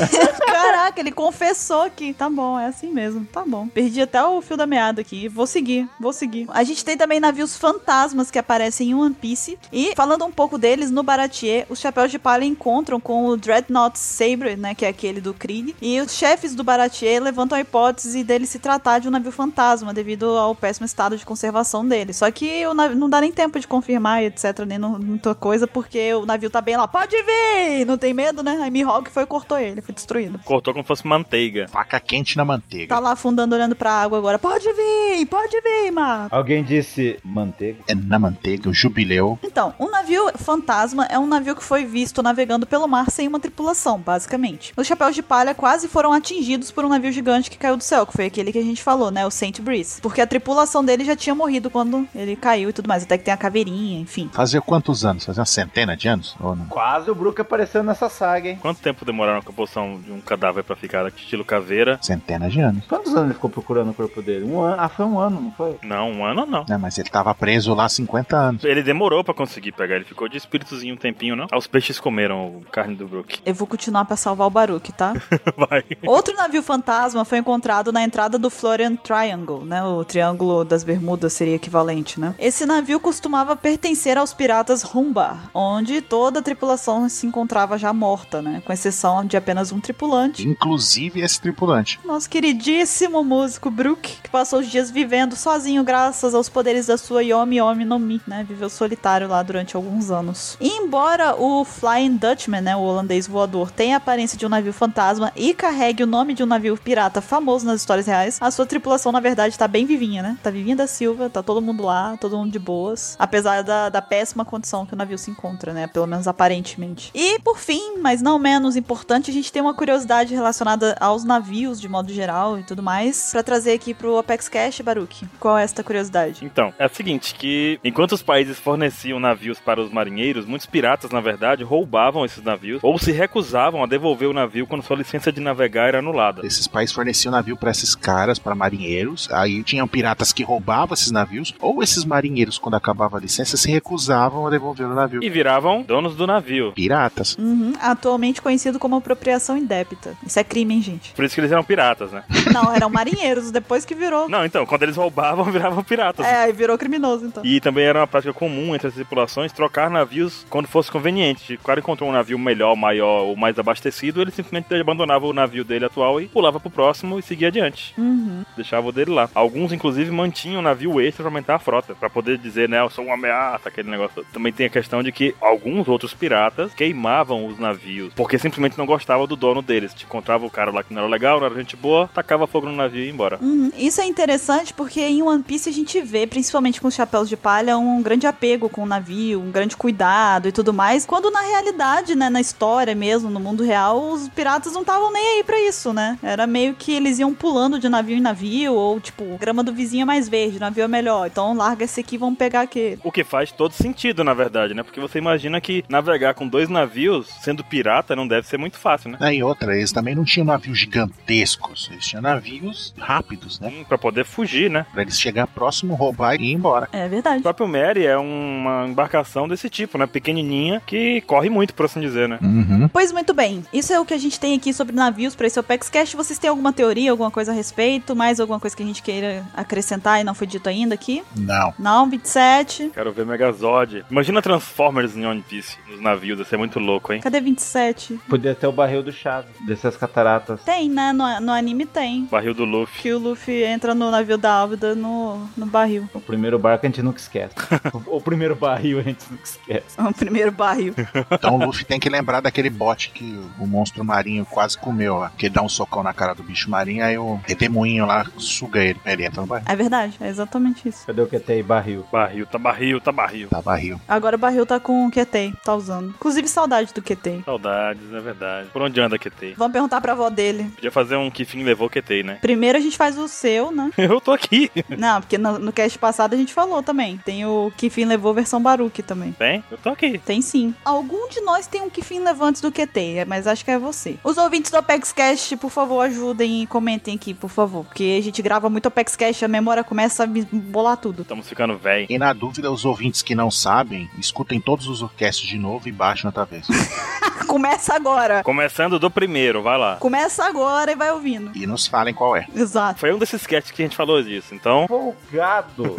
B: Caraca, ele confessou que tá bom, é assim mesmo, tá bom. Perdi até o fio da meada aqui. Vou seguir, vou seguir. A gente tem também navios fantasmas que aparecem em One Piece. E falando um pouco deles, no Baratier, os chapéus de palha encontram com o Dreadnought Sabre, né? Que é aquele do Krieg. E os chefes do Baratier levantam a hipótese dele se tratar de um navio fantasma, devido ao péssimo estado de conservação dele. Só que o navio, não dá nem tempo de confirmar, etc, nem no- muita coisa, porque o navio tá bem lá. Pode vir! Não tem medo, né? Aí Mihawk foi e cortou ele, foi destruído.
A: Cortou como se fosse manteiga.
D: Faca quente na manteiga.
B: Tá lá afundando, olhando pra água agora. Pode vir, pode vir, Mar.
C: Alguém disse manteiga?
D: É na manteiga, o jubileu.
B: Então, um navio fantasma é um navio que foi visto navegando pelo mar sem uma tripulação, basicamente. Os chapéus de palha quase foram atingidos por um navio gigante que caiu do céu, que foi aquele que a gente falou, né? O Saint Breeze. Porque a tripulação dele já tinha morrido quando ele caiu e tudo mais. Até que tem a caveirinha, enfim.
D: Fazia quantos anos? Fazia uma centena de anos? Ou não?
C: Quase o Brook apareceu nessa saga, hein?
A: Quanto tempo demoraram a composição de um cadáver pra ficar estilo caveira?
D: Centena de anos.
C: Quantos anos ele ficou procurando o corpo dele? Um ano. Ah, foi um ano, não foi?
A: Não, um ano não.
D: Não, né? mas ele tava preso lá há 50 anos.
A: Ele demorou pra conseguir pegar, ele ficou de espíritozinho um tempinho, não? Ah, os peixes comeram o carne do Brook.
B: Eu vou continuar pra salvar o Baruque, tá?
A: Vai.
B: Outro navio fantasma foi encontrado na entrada do Florian Triangle, né? O Triângulo das Bermudas seria equivalente, né? Esse navio costumava pertencer aos piratas Rumbar, onde toda a tripulação se encontrava já morta, né? Com exceção de apenas um tripulante.
D: Inclusive esse tripulante.
B: Nosso queridíssimo músico Brook, que passou os dias vivendo sozinho graças aos poderes da sua Yomi Yomi no Mi, né? Viveu solitário lá durante alguns anos. E embora o Flying Dutchman, né, o holandês voador, tenha a aparência de um navio fantasma e carregue o nome de um navio pirata famoso nas histórias reais, a sua tripulação, na verdade, tá bem vivinha, né? Tá vivinha da Silva, tá todo mundo lá, todo mundo de boas, apesar da, da péssima condição que o navio se encontra, né? Pelo menos aparentemente. E, por fim, mas não menos importante, a gente tem uma curiosidade relacionada aos navios de modo geral e tudo mais, pra trazer aqui pro Apex Cash, Baruque. Qual é esta curiosidade?
A: Então, é o seguinte, que enquanto os países forneciam navios para os marinheiros, muitos piratas, na verdade, roubavam esses navios ou se recusavam a devolver o navio quando sua licença de navegar era anulada.
D: Esses países forneciam navio pra esses caras, pra marinheiros. Aí tinham piratas que roubavam esses navios, ou esses marinheiros, quando acabava a licença, se recusavam a devolver o navio.
A: E viravam donos do navio.
D: Piratas.
B: Uhum, atualmente conhecido como apropriação indébita. Isso é crime, hein, gente?
A: Por isso que eles eram piratas, né?
B: Não, eram marinheiros, depois que virou.
A: Não, então, quando eles roubavam, viravam piratas.
B: É, aí virou criminoso, então.
A: E também era uma prática comum entre as tripulações trocar navios quando fosse conveniente. O cara encontrou um navio melhor, maior ou mais abastecido, ele simplesmente abandonava o navio dele atual e pulava pro próximo e seguia adiante.
B: Uhum.
A: Deixava o dele lá. Alguns, inclusive, mantinham o navio extra pra aumentar a frota, pra poder dizer, né, eu sou uma ameaça, aquele negócio. Também tem a questão de que alguns outros piratas queimavam os navios, porque simplesmente não gostavam do dono deles. Te encontrava o cara lá que não era legal, não era gente boa, tacava fogo no navio e ia embora.
B: Uhum. Isso é interessante porque em One Piece a gente vê, principalmente com os chapéus de palha, um grande apego com o navio, um grande cuidado e tudo mais, quando na realidade, né, na história mesmo, no mundo real, os piratas não estavam nem aí pra isso, né? Era meio que eles iam pulando de navio em navio, ou tipo, grama do vizinho é mais verde, navio é melhor, então larga esse aqui e vamos pegar aquele.
A: O que faz todo sentido, na verdade, né? Porque você imagina que navegar com dois navios navios, sendo pirata, não deve ser muito fácil, né?
D: Aí outra, eles também não tinham navios gigantescos, eles tinham navios rápidos, né?
A: Hum, Pra poder fugir, né?
D: Pra eles chegar próximo, roubar e ir embora.
B: É
A: O
B: verdade.
A: próprio Mary é uma embarcação desse tipo, né? Pequenininha, que corre muito, por assim dizer, né?
D: Uhum.
B: Pois muito bem, isso é o que a gente tem aqui sobre navios para esse Opex Cash. Vocês têm alguma teoria, alguma coisa a respeito? Mais alguma coisa que a gente queira acrescentar e não foi dito ainda aqui?
D: Não.
B: Não, 27.
A: Quero ver Megazord. Imagina Transformers em One Piece, nos navios, ia ser muito louco, hein?
B: Cadê 27?
C: Podia ter o barril do Chaves, dessas cataratas.
B: Tem, né? No, no anime tem.
A: Barril do Luffy.
B: Que o Luffy entra no navio da Álvida no, no barril.
C: O primeiro barco a gente nunca esquece. o, o primeiro barril a gente nunca esquece.
B: O primeiro barril.
D: Então o Luffy tem que lembrar daquele bote que o monstro marinho quase comeu, ó. Que ele dá um socão na cara do bicho marinho, aí o redemoinho lá suga ele. Aí ele entra no barril.
B: É verdade, é exatamente isso.
C: Cadê o que tem aí, barril?
A: Barril, tá barril, tá barril.
D: Tá barril.
B: Agora o barril tá com o QT, tá usando. Inclusive, saudade do QT.
A: Saudades, é verdade. Por onde anda QT?
B: Vamos perguntar pra avó dele.
A: Podia fazer um que fim levou QT, né?
B: Primeiro a gente faz o seu, né?
A: Eu tô aqui.
B: Não, porque no, no cast passado a gente falou também. Tem o que fim levou versão Baruque também.
A: Tem? Eu tô aqui.
B: Tem sim. Algum de nós tem um que fim levou antes do QT, é, mas acho que é você. Os ouvintes do Apex Cash, por favor, ajudem e comentem aqui, por favor. Porque a gente grava muito Apex Cash, a memória começa a me bolar tudo.
A: Estamos ficando velho.
D: E na dúvida, os ouvintes que não sabem, escutem todos os orquestros de novo e baixem outra vez.
B: Começa agora.
A: Começando do primeiro, vai lá.
B: Começa agora e vai ouvindo.
D: E nos falem qual é.
B: Exato.
A: Foi um desses sketches que a gente falou disso, então.
C: Folgado!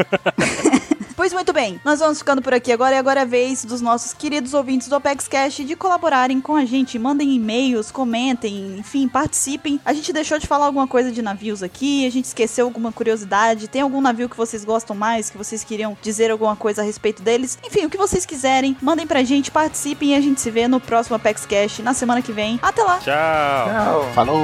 B: Pois muito bem, nós vamos ficando por aqui agora e agora é a vez dos nossos queridos ouvintes do Apex Cash de colaborarem com a gente. Mandem e-mails, comentem, enfim, participem. A gente deixou de falar alguma coisa de navios aqui, a gente esqueceu alguma curiosidade. Tem algum navio que vocês gostam mais, que vocês queriam dizer alguma coisa a respeito deles? Enfim, o que vocês quiserem, mandem pra gente, participem e a gente se vê no próximo Apex Cash na semana que vem. Até lá!
A: Tchau.
C: Tchau!
D: Falou!